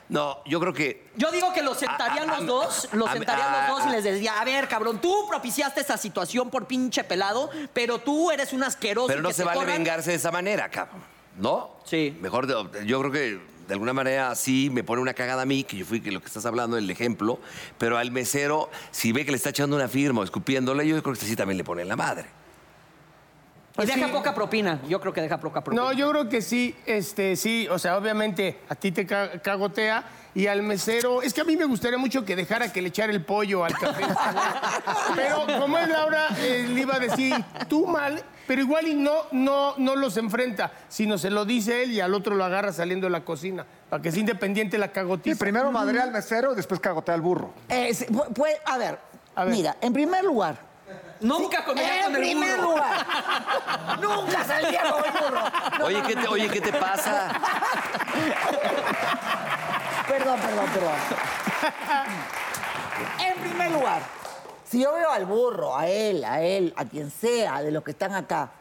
Speaker 1: No, yo creo que
Speaker 4: Yo digo
Speaker 1: Ah,
Speaker 4: que los sentarían
Speaker 1: A- a- a-
Speaker 4: los dos, los
Speaker 1: a-
Speaker 4: sentarían
Speaker 1: a-
Speaker 4: los dos y les decía, a ver, cabrón, tú propiciaste esa situación por pinche pelado, pero tú eres un asqueroso.
Speaker 1: Pero
Speaker 4: y
Speaker 1: no
Speaker 4: que
Speaker 1: se
Speaker 4: te
Speaker 1: vale
Speaker 4: corran".
Speaker 1: vengarse de esa manera, cabrón. ¿No?
Speaker 4: Sí.
Speaker 1: Mejor, de- yo creo que de alguna manera sí me pone una cagada a mí, que yo fui que lo que estás hablando, el ejemplo, pero al mesero, si ve que le está echando una firma o escupiéndole, yo creo que este sí también le pone en la madre.
Speaker 4: Y deja
Speaker 3: Sí.
Speaker 4: poca propina. Yo creo que deja poca propina.
Speaker 3: No, yo creo que sí, este, sí, o sea, obviamente a ti te ca- cagotea y al mesero. Es que a mí me gustaría mucho que dejara que le echara el pollo al café. pero como es Laura, eh, le iba a decir, tú mal, pero igual y no, no, no los enfrenta, sino se lo dice él y al otro lo agarra saliendo de la cocina, para que sea independiente la
Speaker 2: Y
Speaker 3: cagotiza.
Speaker 2: primero madre
Speaker 1: Mm.
Speaker 2: al mesero y después cagotea al burro.
Speaker 5: Eh, sí, pu- pues, a ver,
Speaker 3: A ver.
Speaker 5: mira, en primer lugar,
Speaker 4: Nunca comería
Speaker 5: en
Speaker 4: con el
Speaker 5: primer
Speaker 4: burro.
Speaker 5: lugar, nunca saldría con el burro.
Speaker 1: Oye, ¿qué te, oye, ¿qué te pasa?
Speaker 5: Perdón, perdón, perdón. En primer lugar, si yo veo al burro, a él, a él, a quien sea de los que están acá,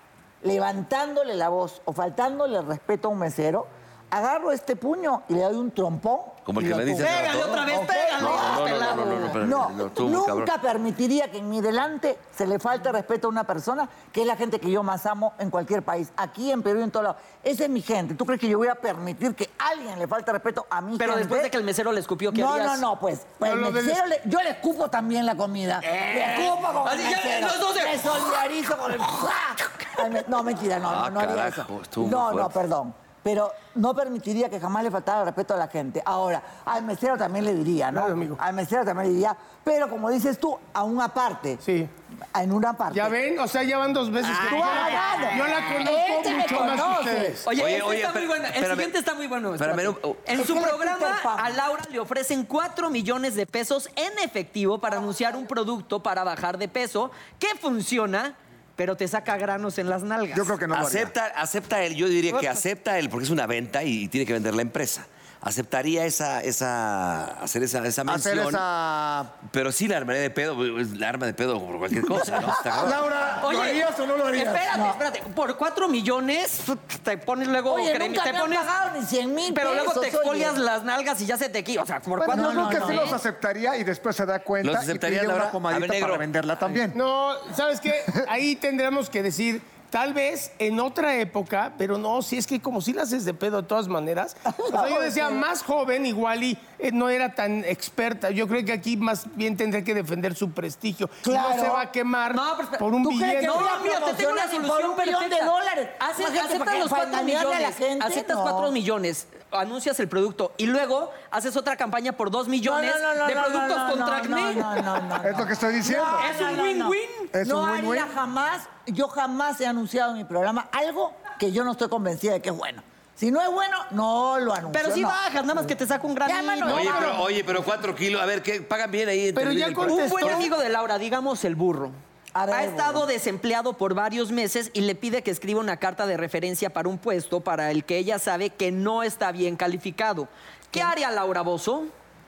Speaker 5: levantándole la voz o faltándole el respeto a un mesero, agarro este puño y le doy un trompón.
Speaker 1: Como el
Speaker 5: y
Speaker 1: que
Speaker 5: lo
Speaker 1: me dice.
Speaker 5: tumbo.
Speaker 1: hace
Speaker 4: Pégale
Speaker 1: rato.
Speaker 4: otra vez, pégale.
Speaker 1: No, no, no, no, no, no, espérame,
Speaker 5: No,
Speaker 1: no, tú,
Speaker 5: nunca
Speaker 1: cabrón.
Speaker 5: permitiría que en mi delante se le falte respeto a una persona que es la gente que yo más amo en cualquier país, aquí en Perú y en todo lado. Esa es mi gente. ¿Tú crees que yo voy a permitir que a alguien le falte respeto a mi
Speaker 4: Pero
Speaker 5: gente?
Speaker 4: después de que el mesero le escupió, ¿qué
Speaker 5: No,
Speaker 4: harías?
Speaker 5: no, no, pues. pues,
Speaker 3: No, no,
Speaker 5: el mesero le- yo le escupo también la comida. Le escupo con
Speaker 4: Así
Speaker 5: el
Speaker 4: ya,
Speaker 5: mesero.
Speaker 4: los dos de-
Speaker 5: Me solidarizo con el. ¡Ja! Ay, me- No, mentira, no,
Speaker 1: Ah,
Speaker 5: no, no haría eso.
Speaker 1: carajo, estuvo muy
Speaker 5: No, no,
Speaker 1: fuerte.
Speaker 5: perdón. Pero no permitiría que jamás le faltara el respeto a la gente. Ahora, al mesero también le diría, ¿no?
Speaker 3: Claro, amigo.
Speaker 5: Al mesero también le diría, pero como dices tú, a una parte.
Speaker 3: Sí.
Speaker 5: En una parte.
Speaker 3: Ya ven, o sea, ya van dos veces que
Speaker 5: Tú
Speaker 3: yo,
Speaker 5: has ganado.
Speaker 3: la, yo la conozco
Speaker 5: Este me
Speaker 3: mucho más que
Speaker 5: conoce.
Speaker 3: ustedes.
Speaker 4: Oye,
Speaker 1: Oye,
Speaker 4: este
Speaker 1: oye,
Speaker 4: está muy
Speaker 1: espera-
Speaker 4: bueno. El
Speaker 1: espérame.
Speaker 4: siguiente está muy bueno.
Speaker 1: Espérame,
Speaker 4: espérate.
Speaker 1: un-
Speaker 4: en
Speaker 5: Es
Speaker 4: su
Speaker 5: que era
Speaker 4: programa,
Speaker 5: Peter Pan.
Speaker 4: a Laura le ofrecen 4 millones de pesos en efectivo para anunciar un producto para bajar de peso que funciona, pero te saca granos en las nalgas.
Speaker 2: Yo creo que no lo haría.
Speaker 1: acepta, acepta él, yo diría que acepta él, porque es una venta y tiene que vender la empresa. Aceptaría esa, esa, hacer esa, esa mención.
Speaker 2: Hacer esa.
Speaker 1: Pero sí la armaría de pedo, es la arma de pedo por cualquier cosa, ¿no? Está cabrón.
Speaker 2: Laura, ¿lo harías o no lo harías?
Speaker 4: Espérate, espérate. Por 4 millones te pones luego
Speaker 5: Oye,
Speaker 4: cremi-
Speaker 5: nunca
Speaker 4: te
Speaker 5: me han
Speaker 4: pones-
Speaker 5: pagado ni 100 mil
Speaker 4: Pero luego
Speaker 5: pesos,
Speaker 4: te
Speaker 5: oye.
Speaker 4: exfolias las nalgas y ya se te quita. O sea, por
Speaker 2: Bueno,
Speaker 4: cuatro
Speaker 2: yo creo que sí
Speaker 4: millones.
Speaker 2: los aceptaría y después se da cuenta
Speaker 1: ¿Los
Speaker 2: y
Speaker 1: aceptarías,
Speaker 2: pide una
Speaker 1: Laura? A
Speaker 2: comadita
Speaker 1: ver, negro.
Speaker 2: para venderla también.
Speaker 3: No, ¿sabes qué? Ahí tendremos que decir, tal vez en otra época, pero no, si es que como si la haces de pedo de todas maneras. O sea, yo decía, más joven igual y eh, no era tan experta. Yo creo que aquí más bien tendré que defender su prestigio. Y
Speaker 5: Claro. pues,
Speaker 3: No se va a quemar
Speaker 4: No, pero espera,
Speaker 3: por un
Speaker 5: ¿Tú crees
Speaker 3: billete.
Speaker 5: que voy a
Speaker 4: No, mira, te tengo una
Speaker 5: promocionar y por
Speaker 4: solución
Speaker 5: un millón
Speaker 4: perfecta.
Speaker 5: de dólares?
Speaker 4: Haces-
Speaker 5: Imagínate, ¿para
Speaker 4: aceptas
Speaker 5: qué?
Speaker 4: los
Speaker 5: ¿Para
Speaker 4: 4
Speaker 5: engañarle a la
Speaker 4: millones.
Speaker 5: gente?
Speaker 4: Aceptas
Speaker 5: No.
Speaker 4: 4 millones, anuncias el producto y luego haces otra campaña por 2 millones
Speaker 5: No, no, no, no,
Speaker 4: de
Speaker 5: no,
Speaker 4: productos
Speaker 5: no, no,
Speaker 4: contra acné.
Speaker 5: No, no, no, no,
Speaker 2: Es lo que estoy diciendo.
Speaker 4: Es un win-win.
Speaker 2: Es
Speaker 5: no
Speaker 2: un
Speaker 5: haría
Speaker 2: win-win.
Speaker 5: jamás, yo jamás he anunciado en mi programa algo que yo no estoy convencida de que es bueno. Si no es bueno, no lo anuncio.
Speaker 4: Pero si
Speaker 5: no.
Speaker 4: bajas, nada más que te saca un gran
Speaker 5: Ya, mano,
Speaker 4: hilo.
Speaker 1: Oye,
Speaker 5: no,
Speaker 1: pero, oye, pero cuatro kilos, a ver, ¿qué pagan bien ahí? en
Speaker 3: Pero ya
Speaker 1: Televisa?
Speaker 3: con-
Speaker 4: Un buen
Speaker 3: Contestó.
Speaker 4: amigo de Laura, digamos el burro.
Speaker 5: A ver,
Speaker 4: ha estado
Speaker 5: burro.
Speaker 4: desempleado por varios meses y le pide que escriba una carta de referencia para un puesto para el que ella sabe que no está bien calificado. ¿Qué haría Laura Bozo?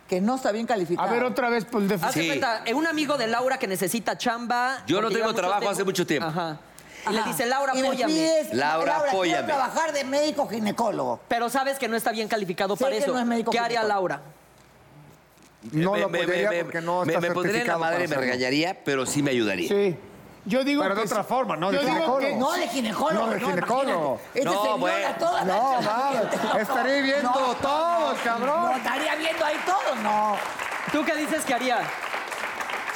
Speaker 5: Que no está bien
Speaker 3: A
Speaker 5: calificado.
Speaker 3: ver, otra vez pues, por el
Speaker 4: Haz
Speaker 3: déficit.
Speaker 4: de
Speaker 1: Sí.
Speaker 4: cuenta, eh, un amigo de Laura que necesita chamba.
Speaker 1: Yo no
Speaker 4: porque
Speaker 1: tengo
Speaker 4: ya
Speaker 1: trabajo hace mucho tiempo.
Speaker 4: Ajá. Y le dice, Laura,
Speaker 5: Y me
Speaker 4: apóyame.
Speaker 5: pides,
Speaker 1: Laura,
Speaker 5: quiero
Speaker 1: apóyame.
Speaker 5: trabajar de médico ginecólogo.
Speaker 4: Pero sabes que no está bien calificado
Speaker 5: Sé
Speaker 4: para
Speaker 5: que
Speaker 4: eso.
Speaker 5: no es médico
Speaker 4: ¿Qué haría
Speaker 5: ginecólogo.
Speaker 4: Laura?
Speaker 2: No
Speaker 1: Me-
Speaker 2: lo
Speaker 1: me-
Speaker 2: podría
Speaker 1: me-
Speaker 2: porque no
Speaker 1: me-
Speaker 2: está
Speaker 1: Me pondría en la
Speaker 2: certificado para
Speaker 1: madre, me
Speaker 2: hacerlo.
Speaker 1: regañaría, pero sí me ayudaría.
Speaker 3: Sí. Yo digo
Speaker 2: Pero de
Speaker 3: que sí.
Speaker 2: otra forma, ¿no? De
Speaker 3: Yo digo que-
Speaker 2: ginecólogo.
Speaker 5: No, de ginecólogo.
Speaker 2: No, de ginecólogo.
Speaker 5: imagínate. Este
Speaker 1: No,
Speaker 5: señor
Speaker 1: bueno.
Speaker 5: a todas las
Speaker 2: No,
Speaker 5: chavas
Speaker 2: mames.
Speaker 5: viendo.
Speaker 2: Estaré viendo
Speaker 5: No,
Speaker 2: todos,
Speaker 5: No,
Speaker 2: cabrón.
Speaker 5: estaría viendo ahí todo, no.
Speaker 4: ¿Tú qué dices que haría?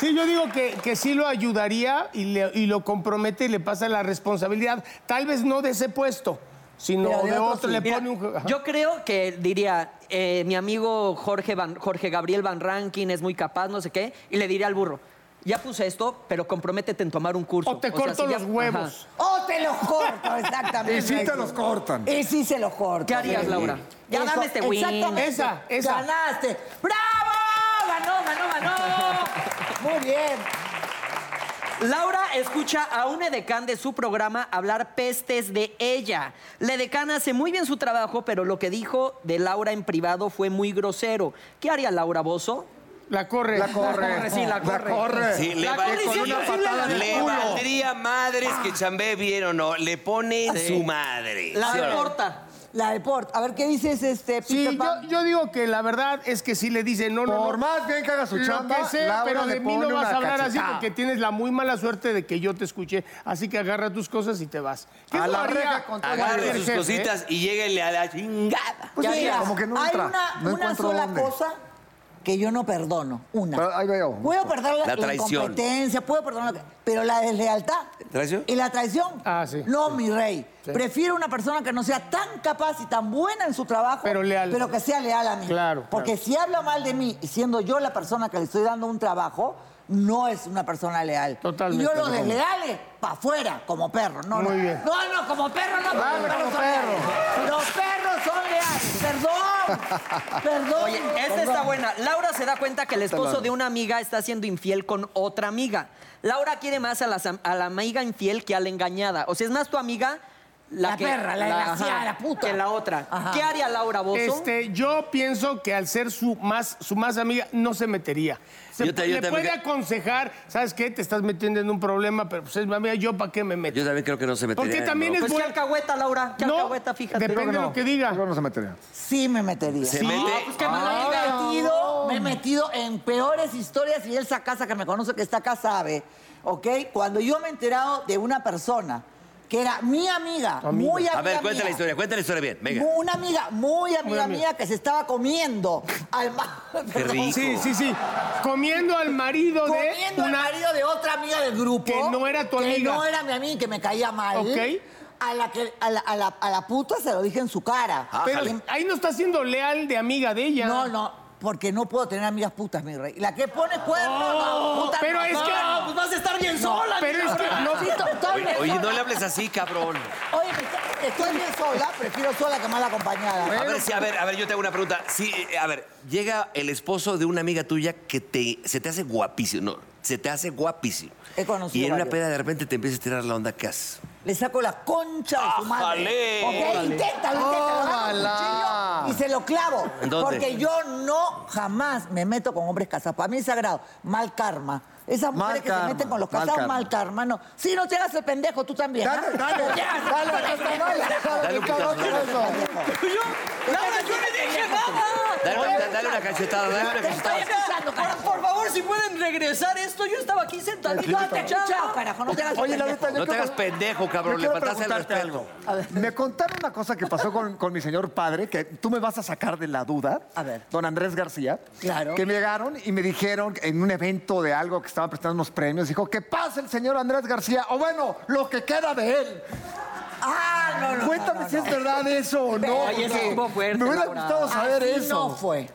Speaker 3: Sí, yo digo que, que sí lo ayudaría y, le- y lo compromete y le pasa la responsabilidad. Tal vez no de ese puesto, sino
Speaker 5: Pero de
Speaker 3: de,
Speaker 5: otro
Speaker 3: otro.
Speaker 5: sí.
Speaker 3: Le
Speaker 4: Mira,
Speaker 3: pone un... Ajá.
Speaker 4: yo creo que diría, eh, mi amigo Jorge, Van- Jorge Gabriel Van Rankin es muy capaz, no sé qué, y le diría al burro, ya puse esto, pero comprométete en tomar un curso.
Speaker 3: O te
Speaker 4: sea,
Speaker 3: corto
Speaker 4: si ya-
Speaker 3: los huevos.
Speaker 4: Ajá.
Speaker 5: O te los corto, exactamente.
Speaker 2: Y sí te los cortan.
Speaker 5: Y sí se los corto.
Speaker 4: ¿Qué harías,
Speaker 5: sí.
Speaker 4: Laura? Ya
Speaker 5: Eso,
Speaker 4: dame este win.
Speaker 5: Exactamente.
Speaker 3: Esa, esa.
Speaker 5: Ganaste. ¡Bravo! Ganó, ganó, ganó. Muy bien.
Speaker 4: Laura escucha a un edecán de su programa hablar pestes de ella. La edecán hace muy bien su trabajo, pero lo que dijo de Laura en privado fue muy grosero. ¿Qué haría Laura Bozo?
Speaker 3: La corre. La
Speaker 4: corre, sí, la corre.
Speaker 1: Sí, le,
Speaker 4: La
Speaker 1: va-
Speaker 4: corre y
Speaker 1: con
Speaker 4: siempre
Speaker 1: una
Speaker 4: sí le
Speaker 1: patada
Speaker 4: da
Speaker 1: le
Speaker 4: culo.
Speaker 1: valdría madres
Speaker 2: Ah.
Speaker 1: que Chambé bien o no. Le pone su madre.
Speaker 4: La
Speaker 1: ¿sí o no?
Speaker 4: deporta.
Speaker 5: La de Port. A ver, ¿qué dices, este,
Speaker 3: Sí,
Speaker 5: Peter
Speaker 3: yo,
Speaker 5: Pan?
Speaker 3: yo digo que la verdad es que si le dicen no, no,
Speaker 2: Por
Speaker 3: no.
Speaker 2: más bien que haga su
Speaker 3: Lo
Speaker 2: chamba,
Speaker 3: que sé,
Speaker 2: Laura
Speaker 3: pero
Speaker 2: le
Speaker 3: de mí
Speaker 2: pone
Speaker 3: no vas
Speaker 2: una
Speaker 3: a hablar así
Speaker 2: cachetada.
Speaker 3: porque tienes la muy mala suerte de que yo te escuché. Así que agarra tus cosas y te vas. ¿Qué
Speaker 2: A
Speaker 3: no
Speaker 2: la
Speaker 3: haría
Speaker 2: reja con todo
Speaker 3: cualquier
Speaker 1: Agarre sus
Speaker 3: jefe,
Speaker 1: cositas y lléguenle a la chingada.
Speaker 2: Pues
Speaker 5: Ya
Speaker 2: sí,
Speaker 5: verás.
Speaker 2: como que no
Speaker 5: Hay
Speaker 2: entra.
Speaker 5: una,
Speaker 2: no
Speaker 5: una
Speaker 2: encuentro
Speaker 5: sola
Speaker 2: dónde.
Speaker 5: cosa que yo no perdono. Una.
Speaker 2: Pero ahí veo.
Speaker 5: Puedo perdonar la,
Speaker 1: La
Speaker 5: la
Speaker 1: traición.
Speaker 5: incompetencia, puedo perdonar, lo que- pero la deslealtad.
Speaker 1: ¿Traición?
Speaker 5: Y la traición.
Speaker 3: Ah, sí.
Speaker 5: No, mi rey. Prefiero una persona que no sea tan capaz y tan buena en su trabajo,
Speaker 3: Pero leal.
Speaker 5: pero que sea leal a mí.
Speaker 3: Claro,
Speaker 5: Porque
Speaker 3: claro.
Speaker 5: si habla mal de mí y siendo yo la persona que le estoy dando un trabajo, no es una persona leal.
Speaker 3: Totalmente,
Speaker 5: Y yo los
Speaker 3: lo compro.
Speaker 5: desleales, para afuera, como perro. No,
Speaker 3: Muy
Speaker 5: no.
Speaker 3: bien.
Speaker 5: No, no, como perro no, porque
Speaker 3: Ah,
Speaker 5: los
Speaker 3: como
Speaker 5: perros son
Speaker 3: perro.
Speaker 5: leales. Los perros son leales. Perdón. Perdón.
Speaker 4: Oye, esta está buena. Laura se da cuenta que el esposo de una amiga está siendo infiel con otra amiga. Laura quiere más a, las am- a la amiga infiel que a la engañada. O sea, es más tu amiga la,
Speaker 5: La
Speaker 4: que-
Speaker 5: perra, la desgraciada,
Speaker 4: ajá,
Speaker 5: la puta.
Speaker 4: Que la otra.
Speaker 5: Ajá.
Speaker 4: ¿Qué haría Laura Bozo?
Speaker 3: Este, yo pienso que al ser su más, su más amiga, no se metería. Se
Speaker 1: Yo te-
Speaker 3: pu-
Speaker 1: yo
Speaker 3: le
Speaker 1: también
Speaker 3: puede
Speaker 1: creo-
Speaker 3: aconsejar, ¿sabes qué? Te estás metiendo en un problema, pero pues es mi amiga, ¿yo para qué me meto?
Speaker 1: Yo también creo que no se metería.
Speaker 3: Porque
Speaker 1: en
Speaker 3: también
Speaker 1: bronca.
Speaker 3: es
Speaker 4: Pues qué
Speaker 3: bueno-
Speaker 4: alcahueta, Laura. Qué
Speaker 3: No,
Speaker 4: alcahueta, fíjate.
Speaker 3: depende de lo que diga. Ah,
Speaker 2: Yo no se metería.
Speaker 5: Sí me metería.
Speaker 1: Se
Speaker 5: Sí.
Speaker 1: mete.
Speaker 5: pues que me, he metido, me he metido en peores historias y esa casa que me conoce, que está acá, sabe. ¿Ok? Cuando yo me he enterado de una persona que era mi amiga, muy amiga
Speaker 1: A ver, cuéntale la
Speaker 5: mía,
Speaker 1: historia, cuéntale la historia bien. Venga.
Speaker 5: Una amiga, muy amiga, mía que se estaba comiendo al ma-
Speaker 1: Qué
Speaker 5: perdón,
Speaker 1: rico.
Speaker 3: Sí, sí, sí. Comiendo al marido de
Speaker 5: comiendo al
Speaker 3: una...
Speaker 5: marido de otra amiga del grupo.
Speaker 3: Que no era tu
Speaker 5: Que
Speaker 3: amiga.
Speaker 5: no era mi amiga y que me caía mal.
Speaker 3: Ok.
Speaker 5: A la, que, a, la, a la- a la puta se lo dije en su cara.
Speaker 3: Pero
Speaker 1: Ájale.
Speaker 3: ahí no está siendo leal de amiga de ella.
Speaker 5: No, no, porque no puedo tener amigas putas, mi rey. La que pone cuernos,
Speaker 3: Oh,
Speaker 5: no, puta,
Speaker 3: pero
Speaker 5: no,
Speaker 3: es
Speaker 5: no,
Speaker 3: que-
Speaker 5: no, pues vas a estar bien sola.
Speaker 3: pero
Speaker 5: mi
Speaker 3: es que
Speaker 5: cabrón.
Speaker 3: no-
Speaker 5: Sí, to- estoy
Speaker 1: Oye,
Speaker 5: bien
Speaker 1: oye, no
Speaker 5: sola.
Speaker 1: le hables así, cabrón.
Speaker 5: Oye, me está- estoy bien sola, prefiero sola que mal acompañada.
Speaker 1: A ver, sí, a ver, a ver, yo te hago una pregunta. Sí, eh, a ver, llega el esposo de una amiga tuya que te, se te hace guapísimo. No, se te hace guapísimo.
Speaker 5: He conocido
Speaker 1: Y en una
Speaker 5: varios.
Speaker 1: peda de repente te empieza a tirar la onda, ¿qué haces?
Speaker 5: Le saco la concha de su madre.
Speaker 1: Ájale.
Speaker 5: Ok,
Speaker 1: Órale.
Speaker 5: inténtalo, inténtalo. agarro un
Speaker 2: Ojalá.
Speaker 5: cuchillo Y se lo clavo.
Speaker 1: ¿En dónde?
Speaker 5: Porque yo no jamás me meto con hombres casados. Para mí es sagrado. Mal karma. Esas
Speaker 2: Mal
Speaker 5: mujeres que
Speaker 2: karma,
Speaker 5: se meten con los
Speaker 2: mal
Speaker 5: casados,
Speaker 2: karma.
Speaker 5: mal karma. No. Si no te hagas el pendejo, tú también. ¿ah?
Speaker 2: Dale, dale,
Speaker 5: No te hagas el
Speaker 2: dale,
Speaker 5: pendejo.
Speaker 1: Dale
Speaker 2: dale,
Speaker 1: un
Speaker 2: dale,
Speaker 1: putazo.
Speaker 2: dale, dale, dale.
Speaker 4: Laura, yo le dije nada.
Speaker 1: Dale, una- dale una cachetada, dale una
Speaker 5: Te estoy
Speaker 1: cachetada.
Speaker 5: escuchando,
Speaker 4: Por,
Speaker 5: carajo.
Speaker 4: por favor, si pueden regresar esto. Yo estaba aquí sentadito.
Speaker 5: No te he escuchado, carajo. No te hagas el
Speaker 2: Oye, la
Speaker 5: pendejo.
Speaker 2: neta, yo
Speaker 1: No te
Speaker 2: quiero-
Speaker 1: hagas pendejo, cabrón, le
Speaker 2: yo quiero
Speaker 1: faltaste al
Speaker 2: preguntarte
Speaker 1: respeto.
Speaker 2: algo. Me contaron una cosa que pasó con, con mi señor padre, que tú me vas a sacar de la duda.
Speaker 5: A ver.
Speaker 2: Don Andrés García.
Speaker 5: Claro.
Speaker 2: Que me llegaron y me dijeron en un evento de algo que estaban prestando unos premios, dijo, que pase el señor Andrés García, o bueno, lo que queda de él.
Speaker 5: Ah, no, no.
Speaker 2: Cuéntame si es verdad eso o no.
Speaker 4: Oye, eso
Speaker 2: porque
Speaker 4: estuvo fuerte,
Speaker 2: Me hubiera
Speaker 4: Laura.
Speaker 2: gustado saber
Speaker 5: Así
Speaker 2: eso.
Speaker 5: no fue.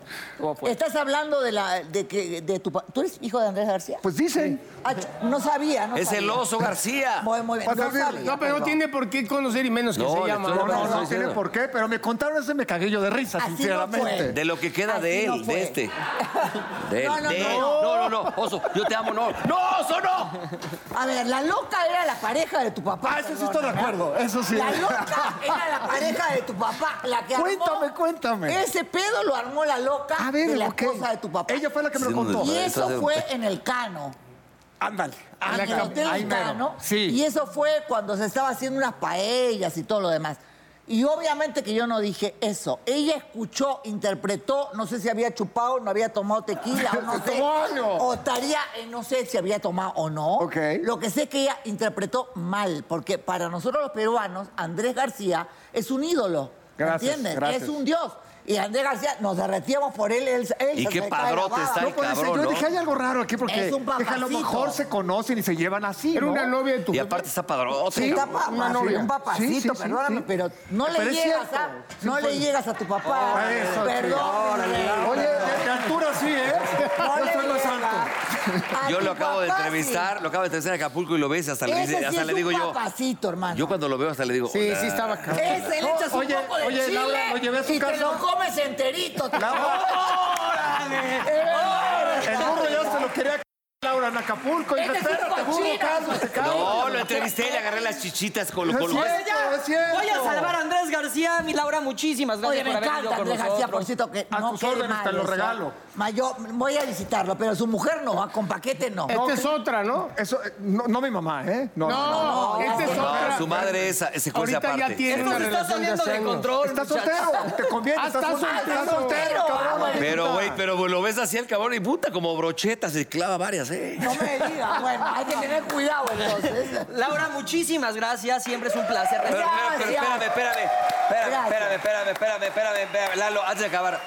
Speaker 5: Estás hablando de la de que de tu pa- tú eres hijo de Andrés García.
Speaker 2: Pues dicen.
Speaker 5: Ah, ch- no sabía, no
Speaker 1: Es
Speaker 5: sabía.
Speaker 1: el oso García.
Speaker 5: Muy, muy bien.
Speaker 2: Para
Speaker 5: No
Speaker 2: servirle.
Speaker 5: sabía,
Speaker 3: No, pero no
Speaker 5: perdón.
Speaker 3: tiene por qué conocer y menos que
Speaker 1: No,
Speaker 3: se
Speaker 1: le
Speaker 3: llama.
Speaker 1: estoy
Speaker 2: No,
Speaker 1: hablando.
Speaker 2: no,
Speaker 1: Estoy
Speaker 2: no tiene
Speaker 1: diciendo.
Speaker 2: por qué, pero me contaron eso y me cagué yo de risa,
Speaker 5: Así no
Speaker 2: sinceramente.
Speaker 1: De lo que queda
Speaker 5: Así
Speaker 1: de él,
Speaker 5: no fue.
Speaker 1: de este. De él,
Speaker 5: No, no,
Speaker 1: de él.
Speaker 5: no.
Speaker 1: No, no, no. Oso, yo te amo, no. ¡No, oso, no!
Speaker 5: A ver, la loca era la pareja de tu papá.
Speaker 2: Ah, eso sí estoy de acuerdo, eso sí.
Speaker 5: La loca era la pareja de tu papá, la que armó-
Speaker 2: Cuéntame, cuéntame.
Speaker 5: Ese pedo lo armó la loca
Speaker 2: A ver,
Speaker 5: de la
Speaker 2: ok.
Speaker 5: esposa de tu papá.
Speaker 2: Ella fue la que me
Speaker 1: Sí,
Speaker 2: lo contó.
Speaker 5: Y eso
Speaker 1: Pues, Entonces-
Speaker 5: fue en el Cano.
Speaker 2: Ándale.
Speaker 5: en el Hotel
Speaker 2: Ahí mero.
Speaker 5: Cano. Y
Speaker 2: Sí.
Speaker 5: eso fue cuando se estaba haciendo unas paellas y todo lo demás. Y obviamente que yo no dije eso. Ella escuchó, interpretó, no sé si había chupado, no había tomado tequila o no sé.
Speaker 2: tomó algo.
Speaker 5: O estaría, eh, no sé si había tomado o no.
Speaker 2: Ok.
Speaker 5: Lo que sé es que ella interpretó mal, porque para nosotros los peruanos, Andrés García es un ídolo. ¿me
Speaker 2: Gracias,
Speaker 5: ¿Entiendes?
Speaker 2: gracias.
Speaker 5: Es un dios. Y Andrés García, nos derretíamos por él. él, él
Speaker 1: Y
Speaker 5: se
Speaker 1: qué
Speaker 5: le cae la
Speaker 1: padrote
Speaker 5: baba.
Speaker 1: está el
Speaker 2: No, pues,
Speaker 1: cabrón,
Speaker 2: yo
Speaker 1: ¿no?
Speaker 2: dije, hay algo raro aquí porque
Speaker 5: Es un
Speaker 2: dije, a lo
Speaker 5: papacito.
Speaker 2: mejor se conocen y se llevan así,
Speaker 3: Era
Speaker 2: ¿no?
Speaker 3: una novia de tu
Speaker 1: Y
Speaker 3: papá.
Speaker 1: aparte está padrote.
Speaker 5: Sí, está pa-
Speaker 2: una
Speaker 5: sí,
Speaker 2: novia.
Speaker 5: un papacito,
Speaker 2: Ah, Sí, sí, sí,
Speaker 5: perdóname,
Speaker 2: sí.
Speaker 5: pero no
Speaker 2: Pero
Speaker 5: le
Speaker 2: es
Speaker 5: llegas,
Speaker 2: cierto.
Speaker 5: a,
Speaker 2: Sí,
Speaker 5: no
Speaker 2: fue-
Speaker 5: le llegas a tu papá.
Speaker 2: Ah, eso, sí.
Speaker 5: Perdón, mi rey.
Speaker 2: Oye, de, de altura sí, ¿eh?
Speaker 5: no
Speaker 2: Yo
Speaker 5: le
Speaker 2: soy más
Speaker 5: llegas.
Speaker 2: alto.
Speaker 5: A
Speaker 1: Yo
Speaker 5: tu
Speaker 1: lo acabo de
Speaker 5: papá, sí.
Speaker 1: entrevistar, lo acabo de entrevistar en Acapulco y lo ves, hasta le,
Speaker 5: Ese
Speaker 1: dice-
Speaker 5: sí
Speaker 1: hasta
Speaker 5: es
Speaker 1: le digo
Speaker 5: un
Speaker 1: yo.
Speaker 5: papacito, hermano.
Speaker 1: Yo cuando lo veo hasta le digo.
Speaker 3: Sí, sí
Speaker 1: "Hola".
Speaker 3: estaba acá.
Speaker 5: Ese le echas
Speaker 2: Oye,
Speaker 5: un poco de
Speaker 2: oye,
Speaker 5: chile
Speaker 2: Laura, lo llevé a su
Speaker 5: y te
Speaker 2: casa.
Speaker 5: lo comes enterito. te lo
Speaker 2: Laura.
Speaker 5: comes.
Speaker 2: El burro ya se lo quería c- Laura, en Acapulco. Y
Speaker 5: Este
Speaker 2: dije,
Speaker 5: es un
Speaker 2: espérate,
Speaker 5: cochino".
Speaker 2: busco casos, te cago.
Speaker 1: No, lo entrevisté, le agarré las chichitas con lo
Speaker 2: No es
Speaker 1: colgó.
Speaker 2: cierto, es cierto.
Speaker 4: Voy a salvar a Andrés García, mi Laura, muchísimas
Speaker 5: Oye,
Speaker 4: gracias
Speaker 5: me
Speaker 4: por haber venido
Speaker 5: encanta
Speaker 4: con
Speaker 5: Andrés García, por
Speaker 4: nosotros.
Speaker 5: cierto, que
Speaker 2: A
Speaker 5: no
Speaker 2: tus
Speaker 5: quede
Speaker 2: órdenes,
Speaker 5: mal
Speaker 2: te lo
Speaker 5: eso.
Speaker 2: regalo.
Speaker 5: Ma, yo voy a visitarlo, pero su mujer no va, con paquete no.
Speaker 4: Eh,
Speaker 3: Esta es otra, ¿no?
Speaker 2: Eso, eh, no, no mi mamá, ¿eh? No,
Speaker 3: No, esta es otra.
Speaker 1: No, su madre esa, ese cosa
Speaker 3: Ahorita
Speaker 1: aparte.
Speaker 3: ya tiene
Speaker 4: Esto
Speaker 3: una
Speaker 4: se está
Speaker 3: relación de
Speaker 4: saliendo de
Speaker 3: hace años.
Speaker 4: control.
Speaker 2: Estás
Speaker 4: muchachos.
Speaker 2: soltero, te conviene.
Speaker 3: Ah,
Speaker 2: estás
Speaker 3: estás
Speaker 2: sol-
Speaker 3: soltero.
Speaker 2: estás soltero, cabrón.
Speaker 1: Pero, güey, pero güey, lo ves así el cabrón y puta, como brocheta, se clava varias, ¿eh?
Speaker 5: No me digas, bueno, hay que tener cuidado entonces.
Speaker 4: Laura, muchísimas gracias. Siempre es un placer.
Speaker 1: Pero, pero, pero
Speaker 4: recibirte.
Speaker 1: espérame, espérame, espérame, espérame, espérame, espérame, espérame, espérame. Lalo, antes de acabar,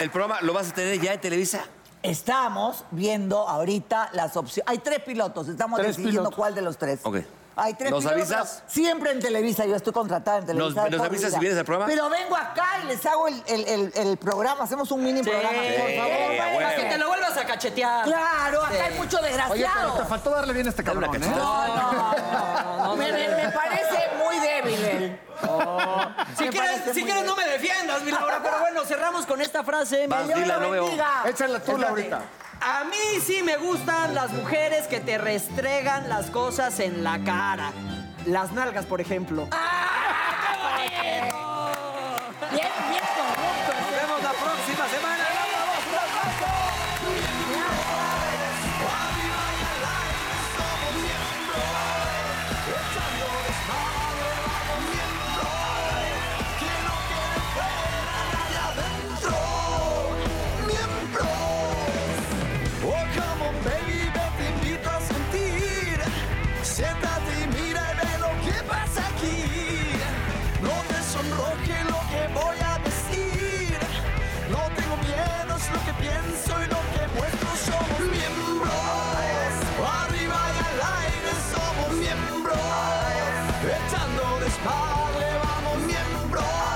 Speaker 1: ¿el programa lo vas a tener ya en Televisa?
Speaker 5: Estamos viendo ahorita las opciones. Hay tres pilotos, estamos
Speaker 3: Tres
Speaker 5: decidiendo
Speaker 3: pilotos.
Speaker 5: cuál de los tres.
Speaker 1: Ok.
Speaker 5: Hay tres
Speaker 1: ¿Nos
Speaker 5: pilotos.
Speaker 1: avisas?
Speaker 5: Siempre en Televisa, yo estoy contratada en Televisa.
Speaker 1: ¿Nos-
Speaker 5: de
Speaker 1: nos
Speaker 5: por
Speaker 1: avisas
Speaker 5: vida.
Speaker 1: si vienes al programa?
Speaker 5: Pero vengo acá y les hago el, el- el- el programa, hacemos un mini
Speaker 4: este Sí,
Speaker 5: programa. Por
Speaker 1: Sí,
Speaker 5: favor,
Speaker 1: a
Speaker 5: vayan.
Speaker 1: huevo.
Speaker 4: Para que te lo vuelvas a cachetear.
Speaker 5: Claro, acá
Speaker 4: Sí.
Speaker 5: hay mucho
Speaker 2: Oye, pero te
Speaker 5: desgraciado.
Speaker 2: faltó darle bien a este cabrón, ¿eh?
Speaker 5: me, me- me parece muy débil eh. él.
Speaker 4: Si quieres, si quieres no me defiendas, mi Laura. Pero bueno, cerramos con esta frase.
Speaker 1: Vas,
Speaker 4: Mi Dios
Speaker 1: dila,
Speaker 4: lo
Speaker 1: no veo.
Speaker 4: bendiga.
Speaker 2: ¿eh? Échala tú, Laurita.
Speaker 4: A mí sí me gustan las mujeres que te restregan las cosas en la cara. Las nalgas, por ejemplo.
Speaker 5: Bien, bien correcto.
Speaker 4: Nos vemos la próxima semana.
Speaker 7: Oh, come on, baby, yo te invito a sentir. Siéntate y mira y ve lo que pasa aquí. No te sonroje lo que voy a decir. No tengo miedo, es lo que pienso y lo que muestro. Somos miembros. Arriba y al aire somos miembros. Echando de espalda, vamos miembros.